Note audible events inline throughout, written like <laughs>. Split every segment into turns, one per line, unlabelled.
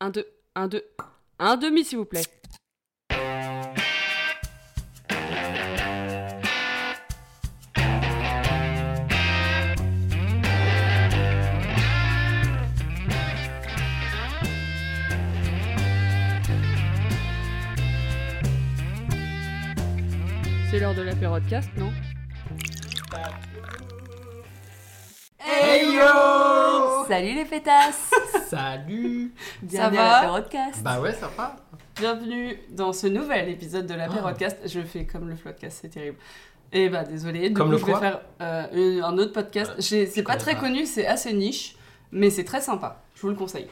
Un, deux, un, deux, un demi, s'il vous plaît. C'est l'heure de la podcast, non
Hey yo
Salut les pétasses
<laughs> Salut
Bienvenue
Oh. va
à la Pérodcast
Bah ouais, ça va
Bienvenue dans ce nouvel épisode de la
Ah.
Pérodcast. Je fais comme le Floodcast, c'est terrible. Et bah désolé, du
Comme
coup,
le
je vais
quoi
faire euh, une- un autre podcast.
Voilà,
J'ai- c'est
je
pas
connais
très
pas.
connu, c'est assez niche, mais c'est très sympa. Je vous le conseille.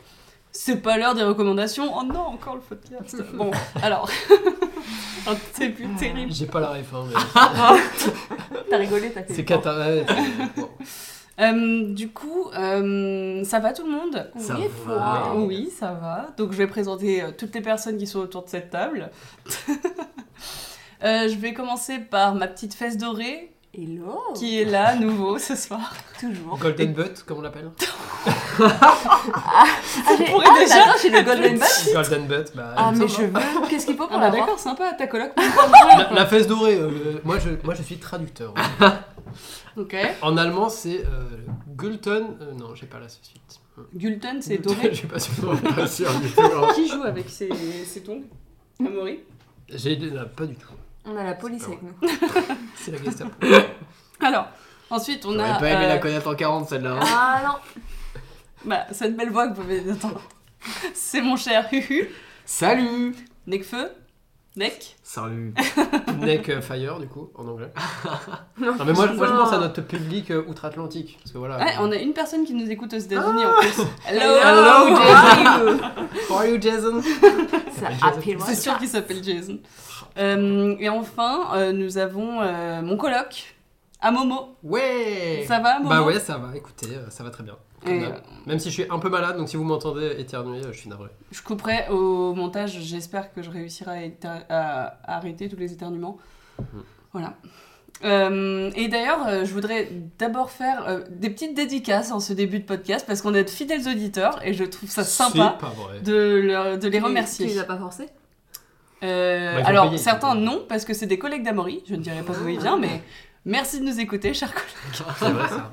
C'est pas l'heure des recommandations. Oh non, encore le
<laughs>
podcast. bon, alors. <laughs> Un début terrible.
J'ai pas la ref, hein, mais <laughs>
T'as rigolé, t'as fait
c'est cata... ouais, c'est- bon.
Euh, du coup, euh, ça va tout le monde
Ça
Oui,
va.
toi.
Ah.
Oui, ça va. Donc je vais présenter euh, toutes les personnes qui sont autour de cette table. <laughs> Euh, je vais commencer par ma petite fesse dorée
Hello
qui est là à nouveau ce soir.
Toujours
Golden Butt, comme on l'appelle
Ah, j'ai-
pourrait
ah,
déjà-
bah attends, j'ai le Golden Butt
Golden Butt, bah...
Ah
il me
mais je
semble.
veux Qu'est-ce qu'il faut pour
Ah bah
l'avoir
d'accord, sympa, ta coloc.
la, la fesse dorée, euh, moi, je, moi je suis traducteur. ouais.
Ok.
En allemand, c'est euh, Gulten... euh, non, j'ai pas la suite.
Gulten,
<laughs>
c'est
Gulten,
doré.
Je suis pas sûr, pas sûr du tout. hein.
qui joue avec ses, ses tongs Amaury
J'ai... non, Pas du tout.
On a la police avec nous.
C'est la Gestapo.
Alors, ensuite on a.
J'aurais pas aimé
euh,
la connaître en 40, celle-là. hein.
Ah non
bah, cette belle voix que vous pouvez entendre. <laughs> c'est mon cher Huhu.
Salut
Necfeu. Nec. <laughs>
Salut.
Neck euh, Fire, du coup, en anglais. Non, mais moi, moi, je pense à notre public euh, outre-Atlantique. Parce que voilà...
Ouais,
euh,
on a une personne qui nous écoute aux États-Unis en plus. Ah. Hello,
Hello,
Jason.
For you, Jason
Ça
Joseph.
appelle moi
C'est sûr qu'il s'appelle Jason. Euh, et enfin, euh, nous avons euh, mon coloc, Amomo.
Ouais
Ça va, Momo
Bah ouais, ça va, écoutez, euh, ça va très bien. Comme
Et,
d'hab.
euh,
Même si je suis un peu malade, donc si vous m'entendez éternuer, euh, je suis navré.
Je couperai au montage, j'espère que je réussirai à, éter- à- à arrêter tous les éternuements.
Mhm.
Voilà. Euh, et d'ailleurs, euh, je voudrais d'abord faire euh, des petites dédicaces en ce début de podcast parce qu'on est de fidèles auditeurs et je trouve ça sympa
C'est pas vrai.
de, leur- de les
Tu-
remercier.
Tu les as pas forcés
Euh,
Bah, ils ont
alors,
payé, ils
certains
ont payé.
non, parce que c'est des collègues d'Amaury, je ne dirais pas d'où il vient, mais merci de nous écouter, chers collègues.
C'est vrai ça.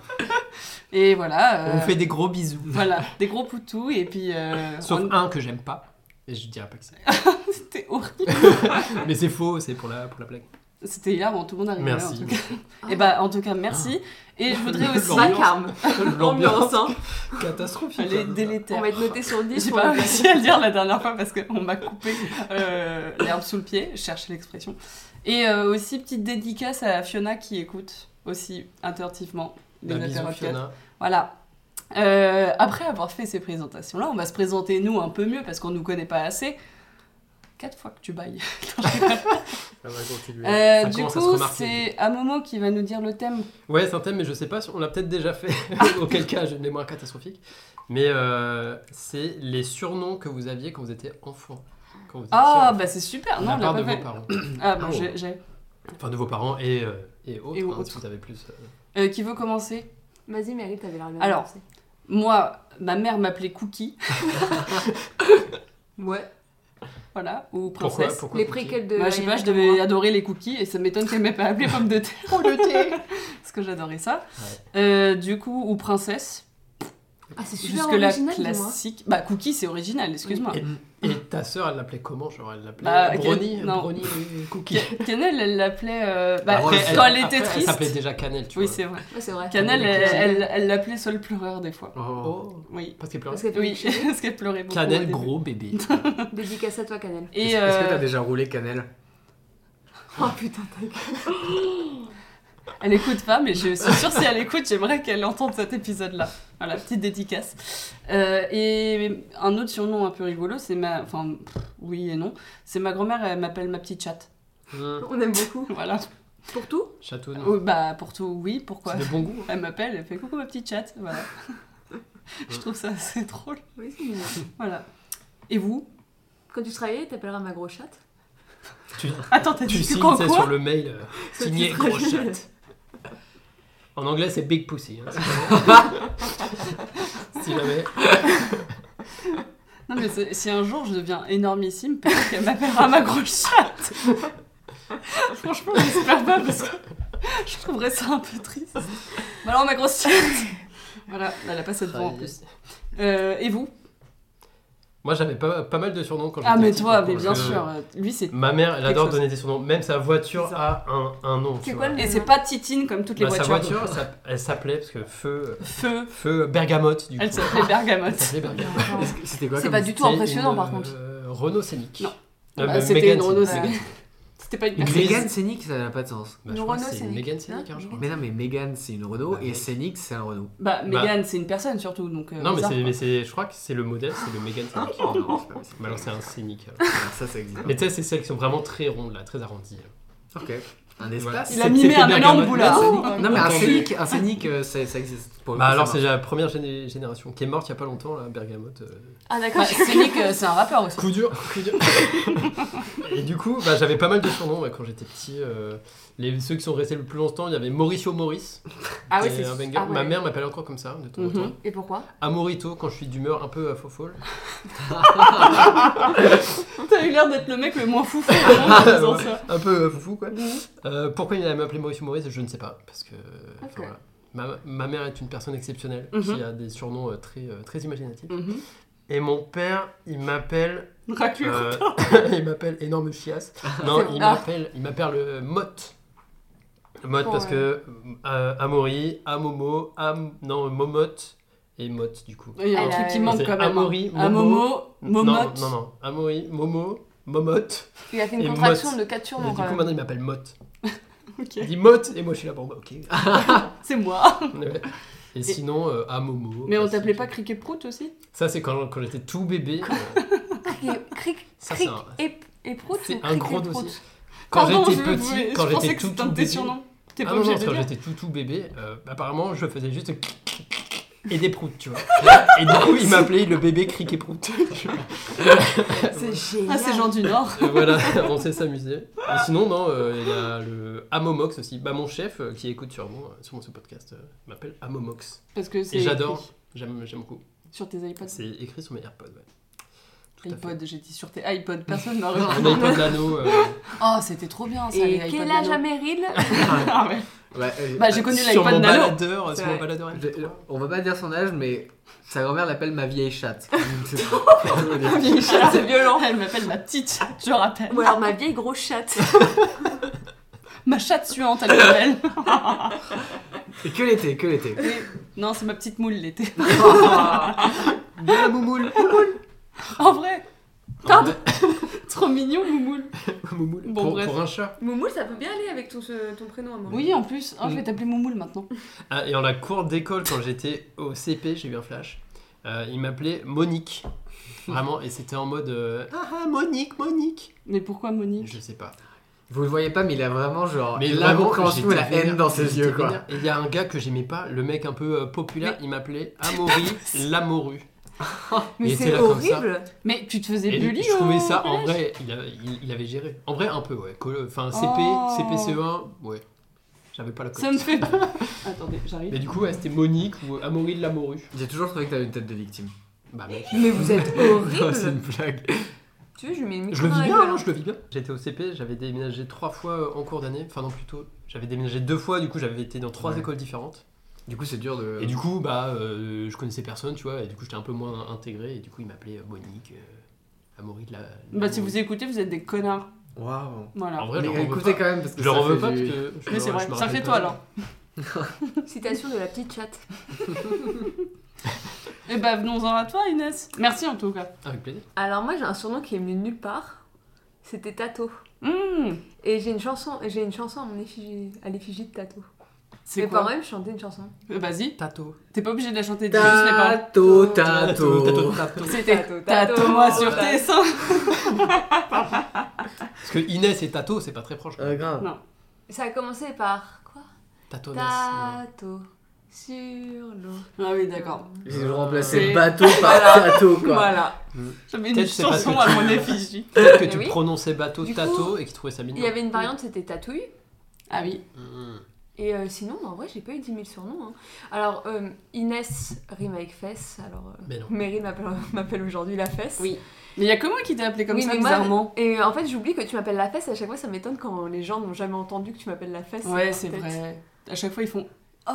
Et voilà.
On
euh,
vous fait des gros bisous.
Voilà, des gros poutous, et puis. Euh,
Sauf
on-
un que j'aime pas. Et je dirais
<laughs>
pas que c'est.
C'était horrible.
Mais c'est faux, c'est pour la, pour la
<laughs>
blague.
C'était hilarant, tout le monde arrivait. En
Merci.
tout cas.
Ah.
Et bah, en tout cas, merci. Et je voudrais
<laughs> Le
aussi.
L'ambiance. bordel.
Vacarme
L'ambiance
Ambiance, hein.
catastrophique.
Elle est
là.
délétère.
On va être noté
<laughs>
sur 10
J'ai
pour
pas
le-
réussi à le dire la dernière fois parce qu'on m'a coupé euh, l'herbe sous le pied, je cherche l'expression. Et euh, aussi, petite dédicace à Fiona qui écoute aussi attentivement
Bah,
Affaires
bisous,
Podcast.
Fiona.
Voilà. Euh, après avoir fait ces présentations-là, on va se présenter nous un peu mieux parce qu'on nous connaît pas assez. Quatre fois que tu
<laughs>
bailles. Non, je rigole.
Ça va continuer.
Euh,
Ça
du
commence à se
coup,
remarquer.
c'est Amomo qui va nous dire le thème.
Ouais, c'est un thème, mais je sais pas, si- on l'a peut-être
<laughs>
déjà fait, <laughs> auquel cas j'ai une mémoire catastrophique. Mais euh, c'est les surnoms que vous aviez quand vous étiez enfant. Quand vous étiez
Ah,
enfant.
bah c'est super.
De
Non,
la
on l'a
part de
pas
vos
fait.
parents.
Ah, bah
Ah,
j'ai.
ouais.
j'ai.
Enfin, de vos parents et, euh, et autres,
Et
hein,
autres.
si vous avez plus. euh,
Euh, qui veut commencer
Vas-y Mary, t'avais l'air bien
Alors.
forcée.
Moi, ma mère m'appelait Cookie, <laughs>
Ouais.
voilà, ou
Pourquoi,
princesse.
pourquoi
Les
Cookie
préquels de...
Bah, je sais pas, je
Ariana
devais
Grande.
adorer les cookies et ça m'étonne qu'elle m'ait pas appelé pomme de terre. <laughs> Parce que j'adorais ça. Euh, du coup, ou princesse.
Ah c'est super
Jusque-là,
original, dis-moi.
classique. Bah, cookie, c'est original, excuse-moi.
Et, et ta sœur, elle l'appelait comment Genre, elle l'appelait
Bah,
Brownie
quel- non.
Brownie euh, Cookie
Ke- Cannelle, elle l'appelait. euh, bah,
Après,
quand elle, était
après, Ah Elle s'appelait
triste.
déjà Cannelle, tu
oui,
vois.
c'est vrai.
Ouais, c'est vrai.
Cannelle,
Elle
elle-
était
elle elle l'appelait seule pleureur des fois.
Oh.
Oh,
Oui.
parce qu'elle pleurait.
Parce qu'elle
Oui, <laughs>
fait
parce qu'elle pleurait beaucoup. au
Cannelle,
début. <laughs>
gros bébé.
dédicace à toi Canel.
Et
Est-ce est-ce que
euh,
t'as déjà roulé Cannelle
Oh putain, t'as <laughs>
elle écoute pas, mais je suis sûre si elle écoute, j'aimerais qu'elle entende cet épisode-là. Voilà, petite dédicace. Euh, et un autre surnom un peu rigolo, c'est ma. Enfin, pff, oui et non. C'est ma grand-mère, elle m'appelle ma petite
<laughs>
chatte.
Mmh.
On aime beaucoup.
Voilà.
Pour tout
Chatoune.
Oh, bah, pour tout, oui, pourquoi <laughs>
C'est de bon goût. hein.
Elle m'appelle, elle fait coucou ma petite chatte. Voilà. <laughs> je trouve ça assez drôle.
Oui, c'est mignon.
Voilà. Et vous
Quand tu travailles, t'appelleras ma
<laughs>
gros chatte.
Tu,
Attends, t'as
tu
dit
signes
qu'en
c'est
quoi
sur le mail. euh, signé
Tu
gros
travailles- <laughs>
chatte. En anglais, c'est Big
<laughs>
Pussy. hein, si jamais.
Non, mais c'est- si un jour je deviens énormissime, peut-être qu'elle m'appellera ma grosse chatte. Franchement, j'espère pas parce que je trouverais ça un peu triste. Bah alors, ma grosse chatte Voilà, bah, elle a pas cette
Ah,
voix en plus. Euh, et vous
Moi, j'avais pas, pas mal de surnoms quand
Ah,
j'étais
mais
petit,
toi,
pour
mais
le
bien
coup.
sûr. euh, Lui, c'est.
Ma mère, elle
Quelque
adore
chose.
donner des surnoms. Même sa voiture
C'est
a un, un nom.
C'est
tu
quoi
vois.
le
Et c'est pas Titine comme toutes les
Mmh. Bah, Sa
voitures.
voiture, ça- elle s'appelait, parce que feu,
Feu.
feu Bergamote, du
Elle
coup.
s'appelait
Elle
Bergamote.
s'appelait Bergamote.
Attends.
C'était quoi
C'est
comme-
pas du tout
c'était
impressionnant,
une,
par contre.
euh, Renault Scénic.
Non.
Euh,
Bah,
mais
C'était
Mégane
une Renault
Scénic.
Scénic. C'était pas une
Une
Mercedes.
Grise.
Mégane Scénic, ça n'a pas de sens.
Bah, je
Une
crois que
Renault
c'est une
Scénic.
Mégane Scénic, hein, je crois.
Mais non, mais Mégane, c'est une Renault
Bah,
et
oui.
Scénic, c'est
<laughs>
un Renault.
Bah,
Bah.
Mégane, c'est une personne surtout, donc. euh,
Non, mais
bizarre,
c'est-
quoi. Ah,
mais c'est- je crois que c'est le modèle, c'est le Mégane Scénic.
Oh non, c'est pas possible.
Mais Bah, alors, c'est un Scénic. alors.
Alors, ça, ça existe. pas.
Mais tu sais, c'est celles qui sont vraiment très rondes, là, très arrondies.
Ok. Un
Voilà.
espace.
Il a
C'est-
mimé
c'était
un énorme
Bergamote.
boulard.
Non, mais un
Attendez.
Scénic, un Scénic, euh, ça, ça existe. Pour le
Bah
coup,
alors
ça
c'est la première géné- génération qui est morte il y a pas longtemps là, Bergamote. euh.
Ah d'accord.
Bah, Scénic, euh, c'est un rappeur aussi.
Coup dur, coup dur. <laughs> Et du coup, bah, j'avais pas mal de surnoms ouais, quand j'étais petit. euh, les, ceux qui sont restés le plus longtemps, il y avait Mauricio Maurice.
Ah oui,
qui
c'est
est un banger.
ah ouais.
Ma mère m'appelle encore comme ça de temps en
Mhm.
temps.
Et pourquoi
Amorito quand je suis d'humeur un peu euh, à faux folle.
T'as eu l'air d'être le mec le moins
<laughs>
foufou au monde en disant ça.
un peu euh, foufou quoi.
Mhm.
Euh, pourquoi il m'a appelé Mauricio Maurice Je ne sais pas parce que. enfin,
Ok.
voilà. Ma, ma mère est une personne exceptionnelle
Mhm.
qui a des surnoms euh, très, euh, très imaginatifs. Et mon père, il m'appelle
Raclure.
Euh, <laughs> il m'appelle énorme chiasse. Non, il
Ah.
m'appelle, il m'appelle le motte. Motte
Bon,
parce
ouais.
que euh, Amaury, Amomo, Am, non Momote et Motte du coup.
Il y a un
Elle
truc
a-
qui manque
C'est
quand même.
Amaury,
hein. Amomo,
Non,
Momote.
Non, non, Amaury, Momo, Momote.
Il a fait
Et
une contraction
Motte.
de 4
Et
surnoms
du coup
quand même.
maintenant il m'appelle Motte.
Ok.
Il dit Motte et moi je suis là bon bah
<laughs>
ok.
C'est moi.
Ouais. Et sinon euh, Amomo.
Mais on
classique.
t'appelait pas Cricket Prout aussi
Ça c'est quand, quand j'étais tout
<laughs>
bébé. euh,
Cric, cric,
<laughs> Ça, c'est
cric
un-
et, et prout
c'est
ou
un
cric
gros
et prout
dossier. Quand
Pardon,
j'étais
je- je-
petit, quand
je pensais
j'étais
que
tout
c'était
tout
un de tes
bébé.
surnoms. T'es
Ah
pas
non,
obligé
non,
de
quand
le dire.
j'étais tout tout bébé, euh, apparemment je faisais juste et des proutes, tu vois. Et du coup, il m'appelait le bébé cric et prout. Tu vois.
C'est génial.
Ah, c'est gens du Nord.
Euh, voilà, <laughs> on sait s'amuser. Et sinon, non, euh, il y a le Amomox aussi. Bah, mon chef euh, qui écoute sur moi, sur mon- ce podcast, euh, m'appelle Amomox.
Parce que c'est.
Et j'adore,
écrit
j'aime j'aime beaucoup.
Sur tes iPods.
C'est écrit sur mes AirPods, ouais. Tout à fait.
iPod, j'ai dit sur tes iPods, personne n'a
Mon
reconnu.
iPod Nano, euh,
<laughs> Oh, c'était trop bien ça,
Et
les iPods.
quel
Nano.
âge
<laughs>
a Meryl
Ah ouais.
Ouais, euh,
Bah, j'ai connu
sur mon
l'iPod Nano.
baladeur, sur
Ouais.
mon baladeur.
je- on va pas dire son âge, mais sa grand-mère l'appelle ma
<laughs>
vieille chatte. C'est ça.
Vieille chatte, Ah, <laughs> c'est violent. Elle m'appelle ma petite chatte, je rappelle.
Ou alors ma vieille grosse <laughs> chatte.
Ma chatte suante, elle m'appelle.
Et que l'été, que l'été.
Oui. Non, c'est ma petite moule <laughs> l'été.
De la moumoule,
En vrai. Pardon. <laughs> Trop mignon, Moumoule.
moumoule.
Bon,
pour,
bref.
pour un chat.
Moumoule, ça peut bien aller avec ton, ce- ton prénom à moi.
Oui, en plus. Oh, je
Mm.
vais t'appeler Moumoule maintenant.
Ah, et en la cour d'école, quand j'étais au CP, j'ai eu un flash. euh, il m'appelait Monique. Vraiment, et c'était en mode euh, Ah ah, Monique, Monique.
Mais pourquoi Monique
Je sais pas.
Vous le voyez pas, mais il a vraiment genre
Mais
l'incompréhension et
j'étais
la
vénère,
haine dans ses
j'étais
yeux, quoi.
vénère. Et il y a un gars que j'aimais pas, le mec un peu euh, populaire, il m'appelait Amaury la morue.
Mais
Il était
c'est
là comme ça.
horrible.
Mais tu te faisais
Et
bully hein,
je trouvais
au
ça en
collège
vrai, il avait, il- il avait géré. En vrai, un peu, ouais. Col- Enfin, CP,
Oh.
CPCE1, E ouais. J'avais pas la cote.
<laughs> Ça me fait.
<laughs>
Attendez, j'arrive.
Mais du coup, ouais, c'était Monique ou Amaury la morue.
J'ai toujours trouvé que t'avais une tête de victime.
Bah, mec.
Mais
<laughs>
vous êtes
Non, c'est une
horrible.
blague.
tu veux, je lui mets une
Je le vis bien, hein, je le vis bien. J'étais au CP, j'avais déménagé trois fois euh, en cours d'année, enfin non plutôt, j'avais déménagé deux fois, du coup j'avais été dans trois
Ouais.
écoles différentes.
Du coup, c'est dur de.
Et du coup, bah, euh, je connaissais personne, tu vois, et du coup j'étais un peu moins intégré, et du coup il m'appelait euh, Monique, euh, Amaury de la.
Bah, si vous écoutez, vous êtes des connards.
Waouh.
En
Voilà.
vrai, je leur
Mais
en veux
écoutez
pas.
quand même, parce que
Je leur
ça
en veux
fait
pas parce
du-
que. je
Mais c'est
leur-
vrai,
je me
ça
rappelle
fait
pas.
toi alors.
hein.
Citation de la petite chatte.
Eh bah, venons-en à toi, Inès. Merci en tout cas.
Ah, Avec plaisir.
Alors moi, j'ai un surnom qui est venu de nulle part. C'était Tato.
Mmh.
Et j'ai une chanson, j'ai une chanson à mon effigie, à l'effigie de Tato.
C'est
Mes parents
quoi
ils me chantaient une chanson.
Euh, Vas-y,
Tato.
t'es pas obligé de la chanter, dis juste les paroles.
Tato,
Tato, tato,
tato.
tato.
C'était
Tato, tato.
Tato-moi sur tes seins.
Parce que Inès et Tato, c'est pas très proche.
Euh, grave.
Ça a commencé par quoi
Tato, euh,
Tato sur l'eau.
Ah oui, d'accord.
J'ai
C'est-
remplacé
<laughs>
bateau par tato, quoi.
Voilà.
J'avais une
Peut-être c'est parce
chanson
que-
à mon effigie.
Peut-être que
Mais
tu
oui.
prononçais bateau
Du coup,
Tato et qu'ils trouvaient ça mignon.
Il y avait une variante, c'était Tatouille.
Ah oui.
Mm.
Et euh, sinon, en vrai, j'ai pas eu 10 000 surnoms. hein. Alors, euh, Inès rime avec fesse. Alors, euh,
Mais non.
Mary m'appelle- <laughs> m'appelle aujourd'hui la fesse.
Oui. Mais il y a que moi qui t'ai appelé comme
Oui,
ça,
mais moi-
bizarrement.
Et en fait, j'oublie que tu m'appelles la fesse. À chaque fois, ça m'étonne quand les gens n'ont jamais entendu que tu m'appelles la fesse.
ouais,
Alors,
c'est
peut-être-
vrai. À chaque fois, ils font Oh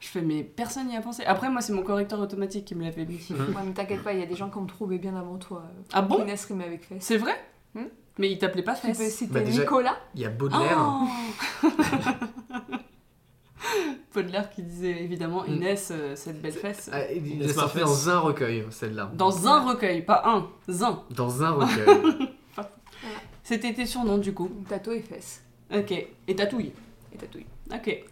Je fais, mais personne n'y a pensé. Après, moi, c'est mon correcteur automatique qui me l'avait mis.
Ouais, mais t'inquiète pas, il y a des gens qui ont trouvé bien avant toi.
Ah bon
Inès rime avec fesse.
C'est vrai
Hmm
Mais il t'appelait pas
Tu peux
Fess.
citer
Bah, déjà-
Nicolas
Il y a Baudelaire.
Oh <laughs> Baudelaire qui disait évidemment
Hmm.
Inès, euh, cette belle fesse.
Ah, il
Laisse
l'a
ma
sorti
fesse.
dans un recueil, celle-là.
Dans un recueil, pas un, zin. <laughs>
Dans un recueil.
C'était tes surnoms du coup.
Tato et fesse.
Ok. Et Tatouille.
Et tatouille.
Ok.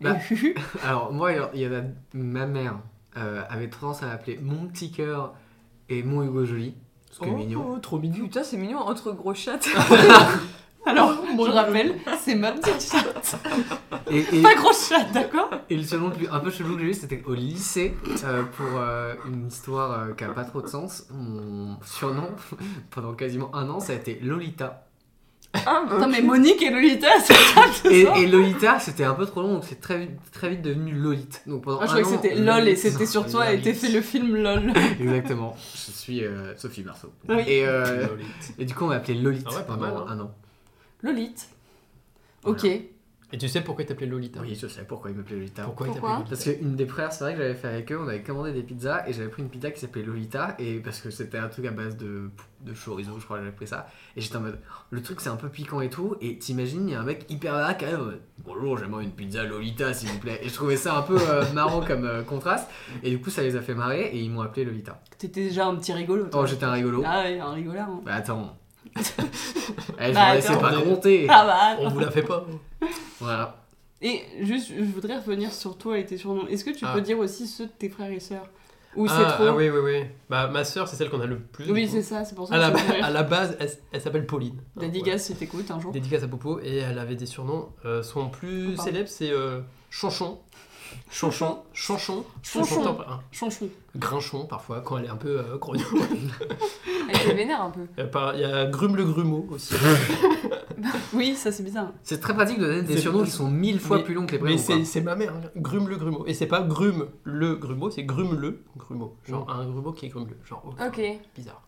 Bah.
Et-
Alors, moi, il y en- il y en a. Ma mère euh, avait tendance à m'appeler mon petit cœur et mon Hugo Jolie. Parce
Oh.
que mignon.
Oh, trop mignon.
Putain, c'est mignon entre gros chats.
<laughs> Alors, je rappelle, c'est ma <laughs> petite chatte.
Et, et-
Pas grosse chatte, d'accord
et le surnom le plus- un peu chelou que j'ai eu, c'était au lycée euh, pour euh, une histoire euh, qui a pas trop de sens. Mon surnom, <laughs> pendant quasiment un an, ça a été Lolita.
Attends, mais Monique et Lolita, c'est ça que
Et,
ça
et Lolita, c'était un peu trop long, donc c'est très, vite- très vite devenu Lolite. Donc
Oh,
pendant
Ah, je
un
croyais que
an,
c'était LOL et
Lolite.
c'était sur toi et t'es fait le film
<laughs>
LOL.
Exactement. Je suis euh, Sophie Marceau.
Oui.
Et, euh,
Lolite.
et du coup, on m'a appelé Lolita
Ah ouais, pas
pendant
mal, hein.
un an.
Lolite. Ok.
Et tu sais pourquoi il t'appelait Lolita
Oui, je sais pourquoi il m'appelait Lolita.
Pourquoi il
Pourquoi
t'appelait Lolita
Parce qu'une des premières soirées que j'avais fait avec eux, on avait commandé des pizzas et j'avais pris une pizza qui s'appelait Lolita et parce que c'était un truc à base de, de chorizo, je crois que j'avais pris ça. Et j'étais en mode, oh, le truc c'est un peu piquant et tout. Et t'imagines, il y a un mec hyper là quand même, en mode, bonjour, j'aimerais une pizza Lolita s'il vous plaît. Et je trouvais ça un peu euh, marrant comme euh, contraste. Et du coup, ça les a fait marrer et ils m'ont appelé Lolita.
T'étais déjà un petit rigolo. toi.
Oh, j'étais un rigolo.
Ah ouais, un rigolard. hein.
<laughs>
Bah attends. Eh, je
Bah,
m'en laissais
attends.
pas compter.
Ah bah attends.
On vous la fait pas.
Voilà.
Et juste, je voudrais revenir sur toi et tes surnoms. Est-ce que tu
Ah.
peux dire aussi ceux de tes frères et sœurs Ou c'est
ah,
trop
ah oui, oui, oui. Bah, ma sœur, c'est celle qu'on a le plus.
Oui,
du coup.
c'est ça, c'est pour ça
à la,
que ça me fait rire.
à la base, elle, s- elle s'appelle Pauline.
Dédicace si t'écoutes un
Ouais.
jour.
Dédicace à Popo. Et elle avait des surnoms. Euh, son plus
Oh, Pardon.
célèbre, c'est euh, Chanchon. Chanchon. Chanchon.
Chanchon.
Chanchon. Hein.
Chanchon.
Grinchon, parfois, quand elle est un peu euh, grognon.
<laughs> Elle était vénère un peu.
Il y a pas- il y a Grume le Grumeau aussi.
Oui, ça c'est bizarre.
C'est très pratique de donner des
C'est-
surnoms qui sont mille fois
Mais-
plus longs que les
Mais
prénoms. quoi.
c'est c'est ma mère, hein. Grume le Grumeau. Et c'est pas Grume le Grumeau, c'est Grume le Grumeau. Genre un Grumeau qui est Grume le. Genre, oh,
Ok.
bizarre.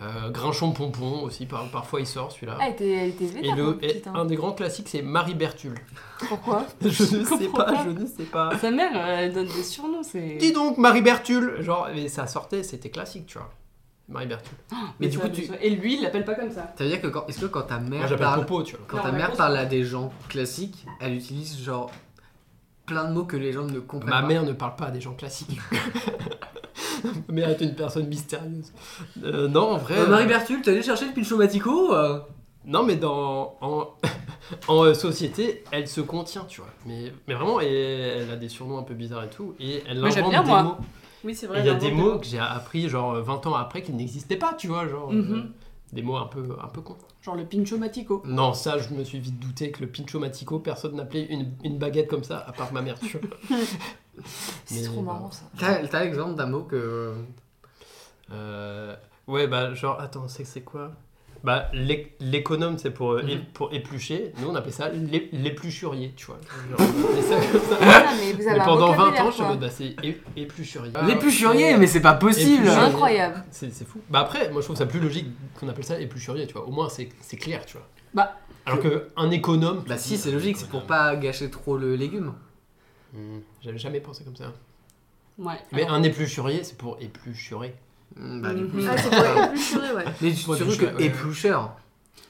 Euh, Grinchon Pompon aussi, par- parfois il sort celui-là.
Ah, elle était, elle était
Et,
vénère.
le-
hein,
et
putain.
un des grands classiques, c'est Marie Bertul.
Pourquoi
Je ne sais
comprends
pas,
pas.
je ne sais pas.
Sa mère, euh, elle donne des surnoms, c'est.
Dis donc, Marie Bertul Genre, mais ça sortait, c'était classique, tu vois. Marie Bertul.
Mais
Ça,
du coup, tu,
Et lui, il l'appelle pas comme ça.
Ça veut dire que quand, est-ce que quand ta
Moi,
mère
j'appelle
parle,
Popo, tu vois.
quand
Non,
ta
mais
mère
pose-
parle à des gens classiques, elle utilise genre plein de mots que les gens ne comprennent
Ma
pas.
mère ne parle pas à des gens classiques. <laughs> Ma mère est une personne mystérieuse. Euh, non, en vrai.
Euh, Marie Bertul, t'es allé chercher le Pinchomatico euh
Non, mais dans en, <laughs> en, euh, société, elle se contient, tu vois. Mais, mais vraiment, et elle a des surnoms un peu bizarres et tout, et elle
Moi, j'aime
invente
bien,
des
moi.
mots.
Oui, c'est
Et
vrai.
Il y a
elle
des
invente
mots que j'ai appris genre 20 ans après qui n'existaient pas, tu vois, genre euh,
Mhm.
des mots un peu un peu cons.
Genre le pinchomatico.
Non, ça, je me suis vite douté que le pincho matico, personne n'appelait une, une baguette comme ça à part ma mère.
<laughs>
tu vois.
C'est
Mais,
trop
bah,
marrant ça.
T'as, t'as l'exemple d'un mot que.
Euh, ouais, bah genre attends, c'est c'est quoi Bah l'é- l'économe, c'est pour euh, é-
Mhm.
pour éplucher. Nous, on appelait ça l'é- l'épluchurier, tu vois.
<laughs>
Genre, on appelait ça comme ça.
Voilà, mais vous
Mais
avez un
pendant 20
vocabulaire,
ans, je suis en
quoi.
mode, bah, c'est é- épluchurier. Ah,
L'épluchurier, mais c'est pas
<laughs>
possible
C'est
Épluchurier.
incroyable.
C'est c'est fou. Bah après, moi je trouve ça plus logique qu'on appelle ça épluchurier, tu vois. Au moins c'est c'est clair, tu vois.
Bah.
Alors que un économe. tu
Bah
te
si,
dis,
c'est
un
logique, c'est pour
économe.
pas gâcher trop le légume.
Hmm, J'avais jamais pensé comme ça.
Ouais.
Mais
alors-
un épluchurier, c'est pour épluchurer.
Mm, Bah, du coup,
Mhm.
c'est
Ah, c'est
pas grave.
pour épluchurer, ouais.
<laughs> Mais tu-
Ouais,
surtout
éplucheur,
que
ouais.
éplucheur.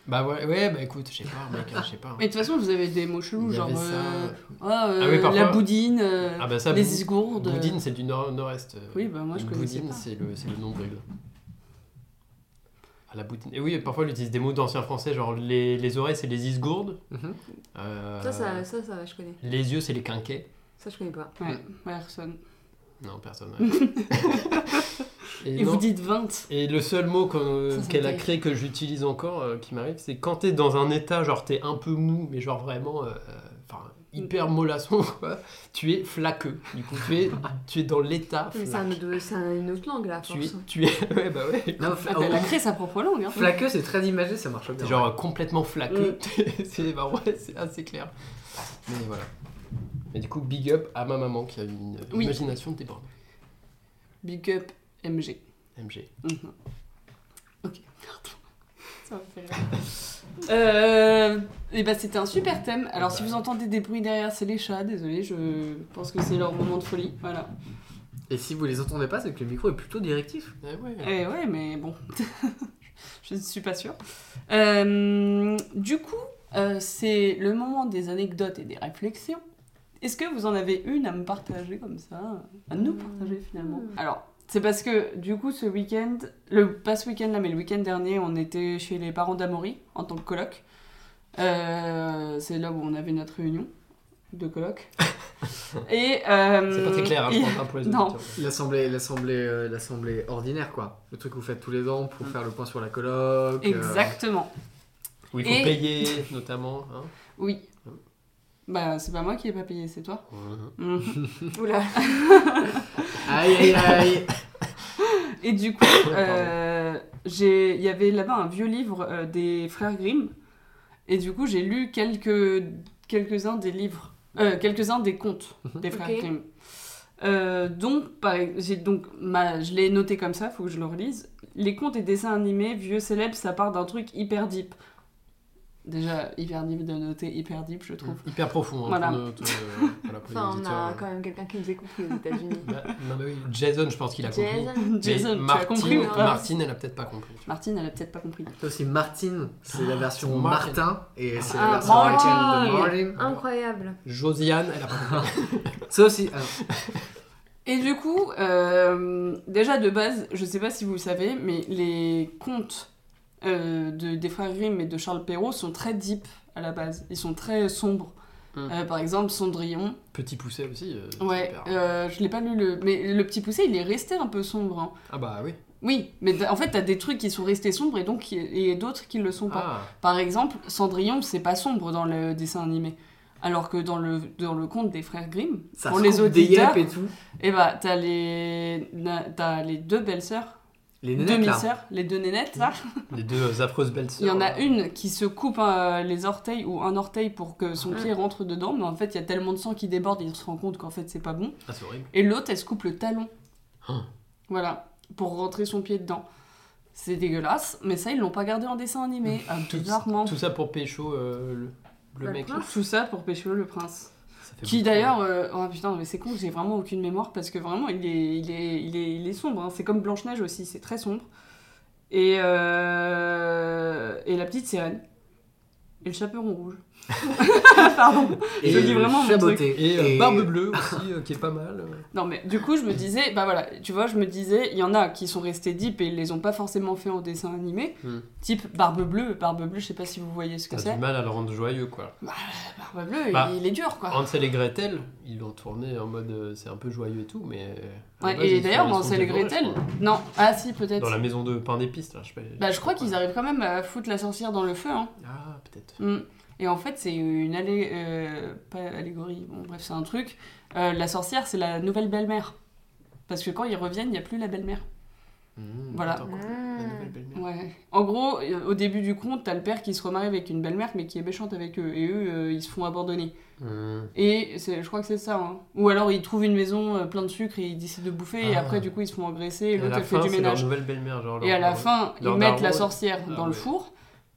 Bah ouais, ouais, bah écoute, je sais pas, mec, hein, je sais <laughs> pas.
Mais de toute façon, vous avez des mots
Il
chelous,
y
genre.
avait ça.
euh, ah, euh,
Ah oui, parfois.
la boudine, euh,
Ah bah ça,
les euh,
bou-
esgourdes.
Boudine, c'est du nord- nord-est. euh,
Oui, bah moi je
une
connaissais
boudine,
pas.
c'est le, c'est le nombril. Ah, la boudine. Et oui, parfois, elle utilise des mots d'anciens français, genre les, les oreilles, c'est les isgourdes.
Mhm.
Euh,
Ça, ça, ça, ça, je connais.
Les yeux, c'est les quinquets.
Ça, je connais pas.
Ouais, personne.
Non, <laughs> personne. ouais.
Et,
et, non.
vous dites 20.
Et le seul mot qu'on-
Ça, ça me
qu'elle a
terrifie.
créé que j'utilise encore, euh, qui m'arrive, c'est quand t'es dans un état, genre t'es un peu mou, mais genre vraiment. euh, Enfin, hyper mollasson, <laughs> quoi. Tu es flaqueux. Du coup, tu
<laughs>
es, tu es dans l'état.
Mais c'est
flaque.
un autre- c'est un- une autre langue, là, à
Ah, Tu es,
force.
tu es, <laughs> ouais, bah ouais.
Non, fla-
Ah, bah, elle
<laughs>
a
oh,
créé sa propre langue. Hein.
Flaqueux, c'est très imagé, ça marche bien.
Mm.
<laughs> T'es genre complètement flaqueux. c'est bah ouais, c'est assez clair. Mais voilà. Mais du coup, big up à ma maman qui a une
Oui.
imagination débordée.
Big up MG.
MG.
Mhm. Ok, pardon. Ça me fait
<laughs>
rire. Euh, et bah c'était un super thème. Alors si vous entendez des bruits derrière, c'est les chats. Désolé, je pense que c'est leur moment de folie. Voilà.
Et si vous les entendez pas, c'est que le micro est plutôt directif.
Eh ouais.
Eh ouais, mais bon, <laughs> je ne suis pas sûre. Euh, du coup, euh, c'est le moment des anecdotes et des réflexions. Est-ce que vous en avez une à me partager comme ça, à nous partager finalement
Mmh.
Alors, c'est parce que du coup, ce week-end, le pas ce week-end là, mais le week-end dernier, on était chez les parents d'Amaury en tant que coloc. Euh, c'est là où on avait notre réunion de coloc. et euh,
C'est pas très clair, hein, je
et-
pense, hein, pour les
<laughs> Non.
auditeurs.
L'assemblée, l'assemblée, euh, l'assemblée ordinaire, quoi. Le truc que vous faites tous les ans pour faire le point sur la coloc. euh,
Exactement.
Où il faut
Et-
payer, notamment. Hein.
Oui.
Ouais.
Bah, c'est pas moi qui ai pas payé, c'est toi. Mhm.
Oula.
Aïe aïe aïe.
Et du
<coughs>
coup,
pardon.
euh, j'ai- il y avait là-bas un vieux livre euh, des frères Grimm. Et du coup, j'ai lu quelques- quelques-uns des livres, euh, quelques-uns des contes
Mhm.
des frères
Ok.
Grimm. Euh, donc, par, j'ai donc ma, je l'ai noté comme ça, faut que je le relise. Les contes et dessins animés, vieux célèbres, ça part d'un truc hyper deep. Déjà, hyper deep de noter hyper deep, je trouve.
Hyper profond. Hein,
Voilà.
pour notre, euh, voilà, pour les
Enfin, on a
auditeurs.
quand même quelqu'un qui nous écoute
<laughs>
aux États-Unis.
Bah, non, mais oui, Jason, je pense qu'il a compris.
Jason.
Mais euh,
Jason, tu as
Martine-
compris ou pas
Martine, elle a peut-être pas compris. tu vois.
Martine, elle a peut-être pas compris.
Toi, c'est Martine, c'est la version
Ah, Martin.
Martin, et c'est
Ah,
la version
Martin.
Martin de Martin.
Incroyable.
Josiane, elle a pas compris.
<laughs>
Ça aussi. ah,
Et du coup, euh, déjà de base, je sais pas si vous le savez, mais les contes euh, de, des frères Grimm et de Charles Perrault sont très deep à la base. Ils sont très sombres.
Mm.
Euh, par exemple, Cendrillon.
Petit poucet aussi. euh, c'est
Ouais,
hyper-
euh, je l'ai pas lu, le... mais le petit poussé, il est resté un peu sombre. hein.
Ah bah oui.
Oui, mais t'as- en fait, t'as des trucs qui sont restés sombres et donc qui- et d'autres qui le sont pas.
Ah,
Par exemple, Cendrillon, c'est pas sombre dans le dessin animé. Alors que dans le, dans le conte des frères Grimm,
Ça
pour
se
les
coupe des
auditeurs,
yep et tout.
eh bah, t'as les... na- t'as les deux belles-sœurs
Les
deux
nénettes, là.
demi-sœurs, les deux nénettes, là.
les deux euh, affreuses belles
Il y
sœurs.
en a
là.
une qui se coupe euh, les orteils ou un orteil pour que son pied rentre dedans, mais en fait, il y a tellement de sang qui déborde, il se rend compte qu'en fait, c'est pas bon.
Ah, c'est horrible.
Et l'autre, elle se coupe le talon.
Hein.
Voilà, pour rentrer son pied dedans. C'est dégueulasse, mais ça, ils l'ont pas gardé en dessin animé, euh,
Tout,
bizarrement.
tout ça pour pécho euh, le, le
Bah,
mec.
le prince.
Tout ça pour Pécho le prince.
Ça fait
Qui
beaucoup.
d'ailleurs. euh, oh putain, mais c'est con, j'ai vraiment aucune mémoire parce que vraiment, il est, il est, il est, il est sombre. hein. C'est comme Blanche-Neige aussi, c'est très sombre. Et, euh, et la petite sirène. Et le chaperon
<laughs>
rouge. Pardon.
Et
Je dis vraiment mon
chaboté.
Et, euh, Barbe Bleue aussi, euh, qui est pas mal. euh.
Non, mais du coup, je me disais, bah voilà, tu vois, je me disais, il y en a qui sont restés deep et ils les ont pas forcément fait en dessin animé.
Hmm.
Type Barbe Bleue. Barbe Bleue, je sais pas si vous voyez ce que
T'as
c'est.
du mal à le rendre joyeux, quoi.
Barbe Bleue,
Bah.
il est dur quoi.
Hansel et Gretel, ils l'ont tourné en mode euh, c'est un peu joyeux et tout, mais. euh, à
Ouais,
la base,
et
ils
d'ailleurs,
sont- ils
dans
sont
Hansel et
dévorés,
Gretel,
je crois.
non, ah si, peut-être.
Dans la maison de pain d'épices, là, je sais pas.
Bah, je crois qu'ils
pas.
arrivent quand même à foutre l'ascenseur dans le feu. Hein.
Ah, peut-être.
Mm. Et en fait, c'est une allé... euh, pas allégorie, bon, bref, c'est un truc. Euh, la sorcière, c'est la nouvelle belle-mère. Parce que quand ils reviennent, il n'y a plus la belle-mère.
Mmh,
hmm.
Voilà.
attends, quoi. La nouvelle belle-mère.
Ouais. En gros, euh, au début du conte, t'as le père qui se remarie avec une belle-mère, mais qui est méchante avec eux. Et eux, euh, ils se font abandonner.
Mmh.
Et c'est- je crois que c'est ça. hein. Ou alors, ils trouvent une maison euh, plein de sucre et ils décident de bouffer. Et
Ah.
après, du coup, ils se font agresser. Et
Et à
l'autre,
la
elle fait
fin,
du
c'est leur
ménage.
nouvelle belle-mère. genre
Et
leur-
à la fin, ils
leur
mettent
daron,
la
ouais.
sorcière
Ah
dans le
ouais.
four.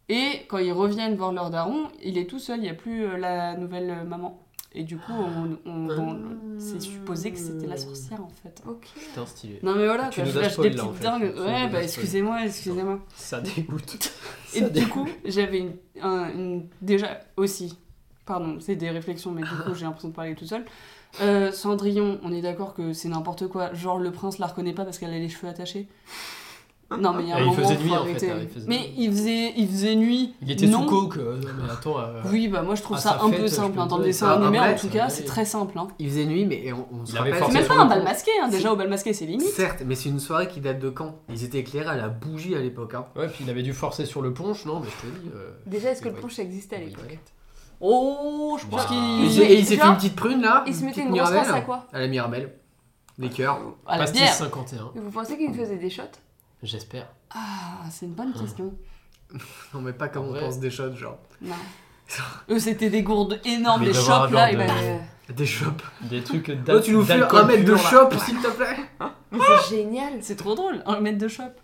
Et quand ils reviennent voir leur daron, il est tout seul, il n'y a plus euh, la nouvelle euh, maman. Et du coup, on, on- on- c'est supposé que c'était la sorcière en fait.
Ok.
Putain, stylé.
Non mais voilà,
Ah. Tu
quoi,
nous
je
as
lâche
spoil,
des
là, en
petites
fait.
dingues.
Tu nous as
Ouais, bah
spoil.
excusez-moi, excusez-moi.
Ça dégoûte.
Et
<laughs> Ça
du
dégoûte.
coup, j'avais une, un- une- déjà aussi, pardon, c'est des réflexions, mais du coup, j'ai l'impression de parler tout seul. Euh, Cendrillon, on est d'accord que c'est n'importe quoi. Genre, le prince la reconnaît pas parce qu'elle a les cheveux attachés. Non, mais il y a un
Et Ah, il
moment,
faisait
faut
nuit, en fait,
arrêter.
hein, il faisait
mais
nuit.
il faisait, il faisait nuit.
Il était
non.
sous coke. euh, non, mais attends. euh,
Oui, bah moi je trouve
Ah,
ça
ça
un
fait,
peu
je
simple.
peux
hein,
te
Dans le
dire.
dessin
Ah,
animé,
après,
en tout
ça
cas,
allait.
c'est très simple. hein.
Il faisait nuit, mais on, on se
Il avait
rappelle.
C'est
forcé
même
sur
pas
le
un
coup.
bal masqué, hein,
C'est-
déjà au bal masqué, c'est limite.
Certes, mais c'est une soirée qui date de quand Ils étaient éclairés à la bougie à l'époque. Hein.
Ouais, puis il avait dû forcer sur le punch, non, mais je te dis. euh,
Déjà, est-ce que
c'est
le
vrai.
punch existait à
Oui,
l'époque
ouais.
Oh, je pense
Bah.
Et
qu'il.
il
se-
s'est- et il s'est
genre,
fait une petite prune là.
Il se mettait
petite
une grosse
mirabelle.
pince à quoi
À la Mirabelle. Des cœurs.
À Ah, la
Pastis
bière.
51,
Et Vous pensez qu'il faisait des shots
j'espère.
Ah, c'est une bonne question.
Non, mais pas comme
En
on
vrai.
pense des choses, genre.
Non. <laughs> Eux, c'était des gourdes énormes,
Mais
des
d'avoir un
chopes là. Et
genre de-
ben,
<laughs>
Euh,
Des chopes.
<laughs> Des trucs
<laughs>
d'a-
Oh, tu nous fais
d'alcool
un mètre de
pur, là.
chope, s'il te plaît
mais c'est génial.
c'est trop drôle, un mètre de chope.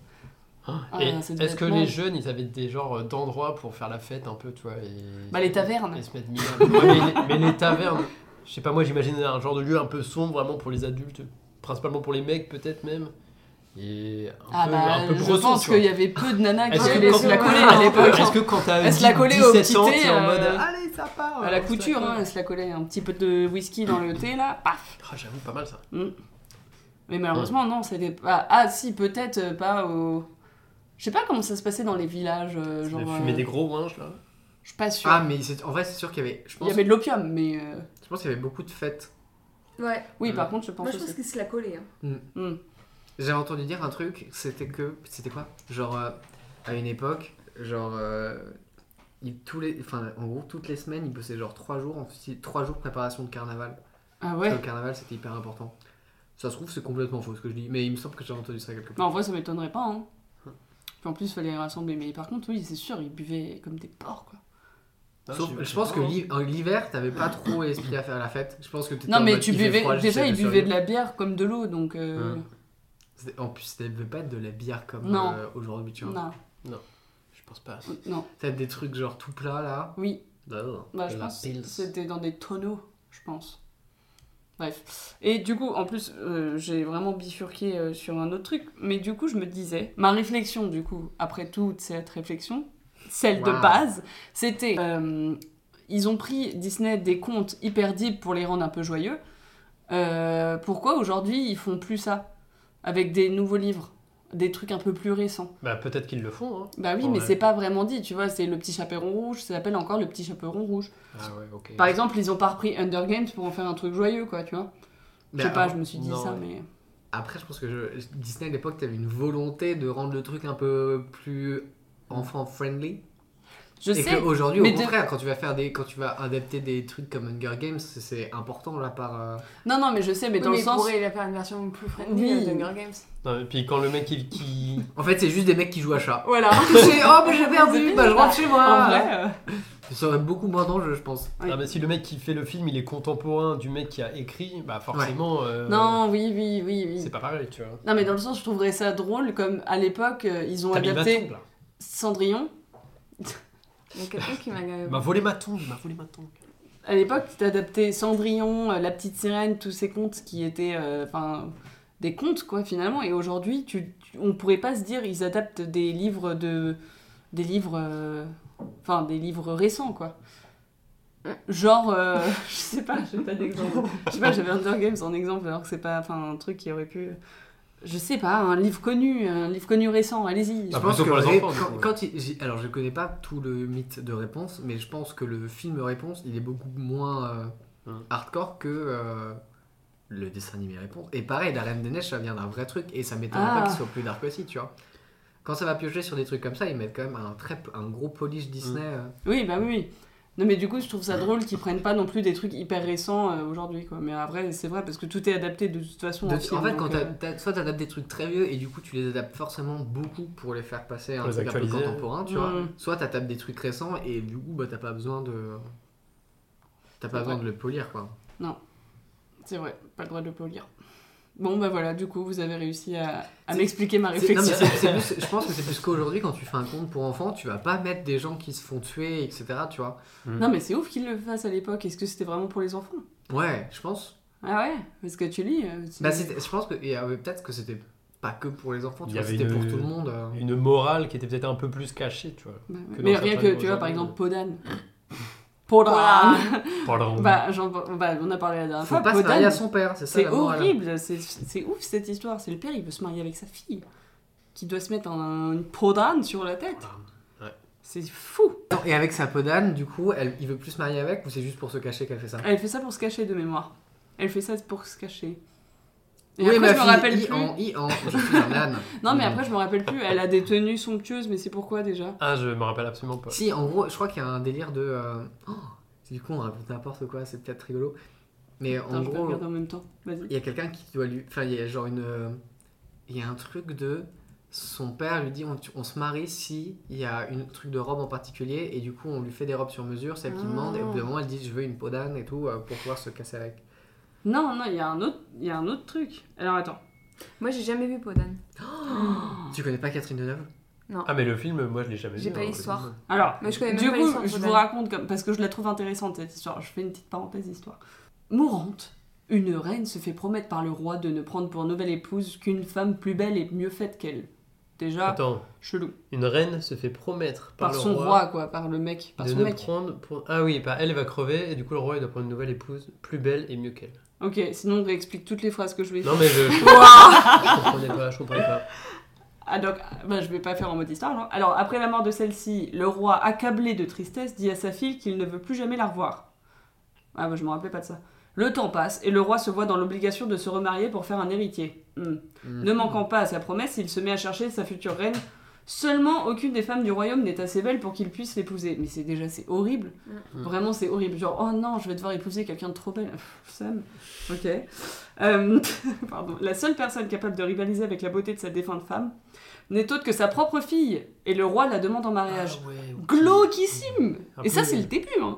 Ah,
Hein, Et
ça devait
est-ce
être
que
mal.
les jeunes, ils avaient des genres d'endroits pour faire la fête un peu, tu vois et...
Bah, les tavernes.
Et se mettre minable. Ouais, mais, les- mais les tavernes, je sais pas, moi j'imagine un genre de lieu un peu sombre vraiment pour les adultes, principalement pour les mecs peut-être même. Et un
Ah
peu,
bah,
un peu
je
bresson,
pense
tu vois.
qu'il y avait peu de nanas qui
Est-ce
allaient
que-
se la coller hein,
<laughs>
à l'époque.
Est-ce que quand t'as
Elle se la
10,
collait au
17 ans,
petit thé,
t'es en mode
euh,
Allez, ça part
À la
on se
couture,
colle.
hein, elle se la collait. Un petit peu de whisky dans le thé là, paf
Ah, J'avoue, pas mal ça.
Mais malheureusement, non, c'était pas. Ah, si, peut-être euh, pas au. Je sais pas comment ça se passait dans les villages. euh, genre,
Genre, fumer
euh,
des gros winches là.
Je suis pas sûre.
Ah, mais c'est- en vrai, c'est sûr qu'il y avait. Je
Il
pense,
y avait de l'opium, mais. euh,
je pense qu'il y avait beaucoup de fêtes.
Ouais.
Oui,
Mm.
par contre, je pense
Moi, je
aussi.
pense qu'il se l'a collé. hein.
Mm.
J'avais entendu dire un truc, c'était que. C'était quoi Genre, euh, à une époque, genre. euh, ils- tous les, enfin, en gros, toutes les semaines, ils bossaient genre 3 jours, en, fait, trois jours préparation de carnaval.
Ah
Parce que
ouais
Le carnaval, c'était hyper important. Ça se trouve, c'est complètement faux ce que je dis, mais il me semble que j'ai entendu ça quelque
Non,
part.
en vrai, ça m'étonnerait pas, hein. Puis en plus, il fallait les rassembler. Mais par contre, oui, c'est sûr, ils buvaient comme des porcs, quoi.
Ah,
Sauf-
j'ai-
je pense que
j'ai-
l'hi- en l'hiver, t'avais pas trop esprit à faire la fête. Je pense que t'étais
Non,
en
mais
mode,
tu
il fait
buvais.
froid,
Déjà,
j'essaie
ils
de
buvaient
survivre.
de la bière comme de l'eau, donc. euh,
Mm. C'était- En plus, c'était pas de la bière comme
Non.
euh, aujourd'hui, tu vois.
Non,
Je pense pas.
non.
T'as des trucs genre tout plat là.
Oui,
Bah,
bah, je
La
pense
pils.
que c'était dans des tonneaux, je pense. Bref. Et du coup, en plus, euh, j'ai vraiment bifurqué euh, sur un autre truc. Mais du coup, je me disais, ma réflexion, du coup, après toute cette réflexion, celle de
Wow.
base, c'était. euh, ils ont pris Disney des contes hyper deep pour les rendre un peu joyeux. Euh, pourquoi aujourd'hui ils font plus ça Avec des nouveaux livres, des trucs un peu plus récents.
Bah, peut-être qu'ils le font. Hein.
Bah oui,
Ouais.
mais c'est pas vraiment dit, tu vois, c'est le petit chaperon rouge, ça s'appelle encore le petit chaperon rouge.
Ah ouais, ok.
Par exemple, ils ont pas repris Under Games pour en faire un truc joyeux, quoi, tu vois. Je
Mais
sais pas,
alors,
je me suis dit
Bah, non,
ça,
ouais.
mais.
Après, je pense que je- Disney à l'époque, t'avais une volonté de rendre le truc un peu plus enfant friendly.
Je
et
sais,
qu'aujourd'hui, au
mais de-
contraire, quand tu vas faire des, quand tu vas adapter des trucs comme Hunger Games, c'est- c'est important là par. euh,
non, non, mais je sais, mais
Oui,
dans
mais
le
il
sens.
pourrait la faire une version plus friendly
Oui.
euh, d'Hunger Games.
Non, et puis quand le mec il- qui,
En fait, c'est juste des mecs qui jouent à chat.
<laughs> Voilà.
Touché, oh, mais
<laughs>
j'avais un
C'est
but,
bien
bah je
ça.
rentre chez moi.
<laughs> En vrai, euh,
Ce serait beaucoup moins dangereux, je pense.
Oui.
Ah bah si le mec qui fait le film, il est contemporain du mec qui a écrit, bah forcément, euh,
Non, oui, oui, oui,
c'est
oui.
pas pareil, tu vois.
Non, mais dans le sens, je trouverais ça drôle, comme à l'époque, euh, ils ont
T'as mis ma
adapté
tombe, là.
Cendrillon.
Il y a quelqu'un qui m'a.
Il m'a volé ma tombe, il m'a volé ma tombe.
À l'époque, t'as adapté Cendrillon, euh, La Petite Sirène, tous ces contes qui étaient, euh, enfin, des contes quoi finalement. Et aujourd'hui, tu, tu- on pourrait pas se dire ils adaptent des livres de, des livres, euh, enfin des livres récents quoi. Genre, euh, <laughs> je sais pas, j'ai pas d'exemple. Je sais pas, j'avais Hunger Games en exemple alors que c'est pas, enfin un truc qui aurait pu. Je sais pas, un livre connu, un livre connu récent. Allez-y.
Ah,
Je pense
plutôt
que
pour les
ré-
enfants, du
quand,
coup.
quand il- j'ai- alors je connais pas tout le mythe de réponse, mais je pense que le film réponse il est beaucoup moins euh,
Hum.
hardcore que euh, le dessin animé réponse. Et pareil, la Reine des Neiges ça vient d'un vrai truc et ça m'étonne
Ah.
pas qu'il soit plus dark aussi, tu vois. Quand ça va piocher sur des trucs comme ça, ils mettent quand même un très un gros polish Disney.
Hum.
euh.
Oui, bah oui, oui. Non, mais du coup, je trouve ça drôle qu'ils prennent pas non plus des trucs hyper récents euh, aujourd'hui, quoi. Mais après, c'est vrai, parce que tout est adapté de toute façon.
De-
en, film,
en fait,
donc,
quand t'as-
euh,
t'as- soit t'adaptes des trucs très vieux et du coup tu les adaptes forcément beaucoup pour les faire passer à un
Pour les
truc un peu
actualiser.
contemporain, tu
Mm.
vois. Soit t'adaptes des trucs récents et du coup bah t'as pas besoin de t'as pas
Ouais.
besoin de le polir quoi.
C'est vrai, pas le droit de le polir. Bon, bah voilà, du coup, vous avez réussi à, à
C'est-
m'expliquer ma
C'est- non, mais
réflexion.
c'est- c'est plus- je pense que c'est plus qu'aujourd'hui quand tu fais un compte pour enfants, tu vas pas mettre des gens qui se font tuer, etc. Tu vois.
<laughs> Non, mais c'est ouf qu'ils le fassent à l'époque. Est-ce que c'était vraiment pour les enfants
Ouais, je pense.
Ah ouais Parce que tu lis. euh, tu-
Bah, c'était- je pense que et, euh, peut-être que c'était pas que pour les enfants, tu
Il y
vois,
avait
c'était pour
une-
tout le monde. euh.
Une morale qui était peut-être un peu plus cachée, tu vois.
Bah,
que
mais
dans
rien que,
certaines
tu vois, par
aujourd'hui,
exemple,
euh.
Podan.
Podan.
Pardon.
<laughs> bah, j'en- bah, on a parlé la dernière
Faut
fois.
pas se marier
Podan,
à son père, c'est ça
C'est
la morale.
horrible, c'est c'est ouf cette histoire. C'est le père, il veut se marier avec sa fille, qui doit se mettre un, une peau d'âne sur la tête. C'est fou.
Non, Et avec sa peau d'âne, du coup, elle, il veut plus se marier avec ou c'est juste pour se cacher qu'elle fait ça
Elle fait ça pour se cacher de mémoire. Elle fait ça pour se cacher. Et
Oui,
après,
ma
je me
fille,
rappelle
i
plus.
en, i en, je suis
<laughs>
un âne.
Non, mais après, je me rappelle plus. Elle a des tenues somptueuses, mais c'est pourquoi déjà
Ah, je me rappelle absolument pas.
Si, en gros, je crois qu'il y a un délire de. euh, oh, du coup, on raconte n'importe quoi, c'est peut-être rigolo. Mais
Attends,
en
je vais
gros,
regarder en même temps. Vas-y.
il y a quelqu'un qui doit lui. Enfin, il y a genre une. euh, Il y a un truc de. son père lui dit on, tu- on se marie si il y a une truc de robe en particulier et du coup on lui fait des robes sur mesure, celle qu'il
Ah.
demande et au bout d'un moment elle dit je veux une peau d'âne et tout euh, pour pouvoir se
<gasps>
casser avec.
Non, non, il y, a un autre- il y a un autre truc. Alors attends.
Moi, j'ai jamais vu Podan.
Tu connais pas Catherine Deneuve
Ah, mais le film, moi je l'ai jamais vu.
J'ai pas
hein,
l'histoire.
le film.
Alors,
Mais je connais même
du
pas
coup,
l'histoire de
je
Podan.
vous raconte comme parce que je la trouve intéressante cette histoire. Je fais une petite parenthèse histoire. Mourante, une reine se fait promettre par le roi de ne prendre pour nouvelle épouse qu'une femme plus belle et mieux faite qu'elle. Déjà,
Attends,
chelou.
une reine se fait promettre par,
Par,
le
son
roi,
roi, quoi, par le mec, par
de
son
ne
mec.
prendre pour- Ah oui, bah, elle va crever et du coup le roi il doit prendre une nouvelle épouse plus belle et mieux qu'elle.
Ok, sinon on réexplique toutes les phrases que je vais.
Non mais je, je comprenais pas, je
<laughs>
comprenais pas.
Ah donc, bah, je vais pas faire en mode histoire. non. Alors après la mort de celle-ci, le roi accablé de tristesse dit à sa fille qu'il ne veut plus jamais la revoir. Ah bah je me rappelais pas de ça. Le temps passe et le roi se voit dans l'obligation de se remarier pour faire un héritier. Hmm.
Mm.
Ne manquant pas à sa promesse, il se met à chercher sa future reine. Seulement, aucune des femmes du royaume n'est assez belle pour qu'il puisse l'épouser. Mais c'est déjà, c'est horrible.
Mm.
Vraiment, c'est horrible. Genre, oh non, je vais devoir épouser quelqu'un de trop belle. Pff, Sam, ok. Euh, <laughs> pardon. La seule personne capable de rivaliser avec la beauté de sa défunte femme n'est autre que sa propre fille. Et le roi la demande en
Ah,
mariage. Glauquissime
Un
Ah, Et ça,
peu- euh,
c'est le début. hein.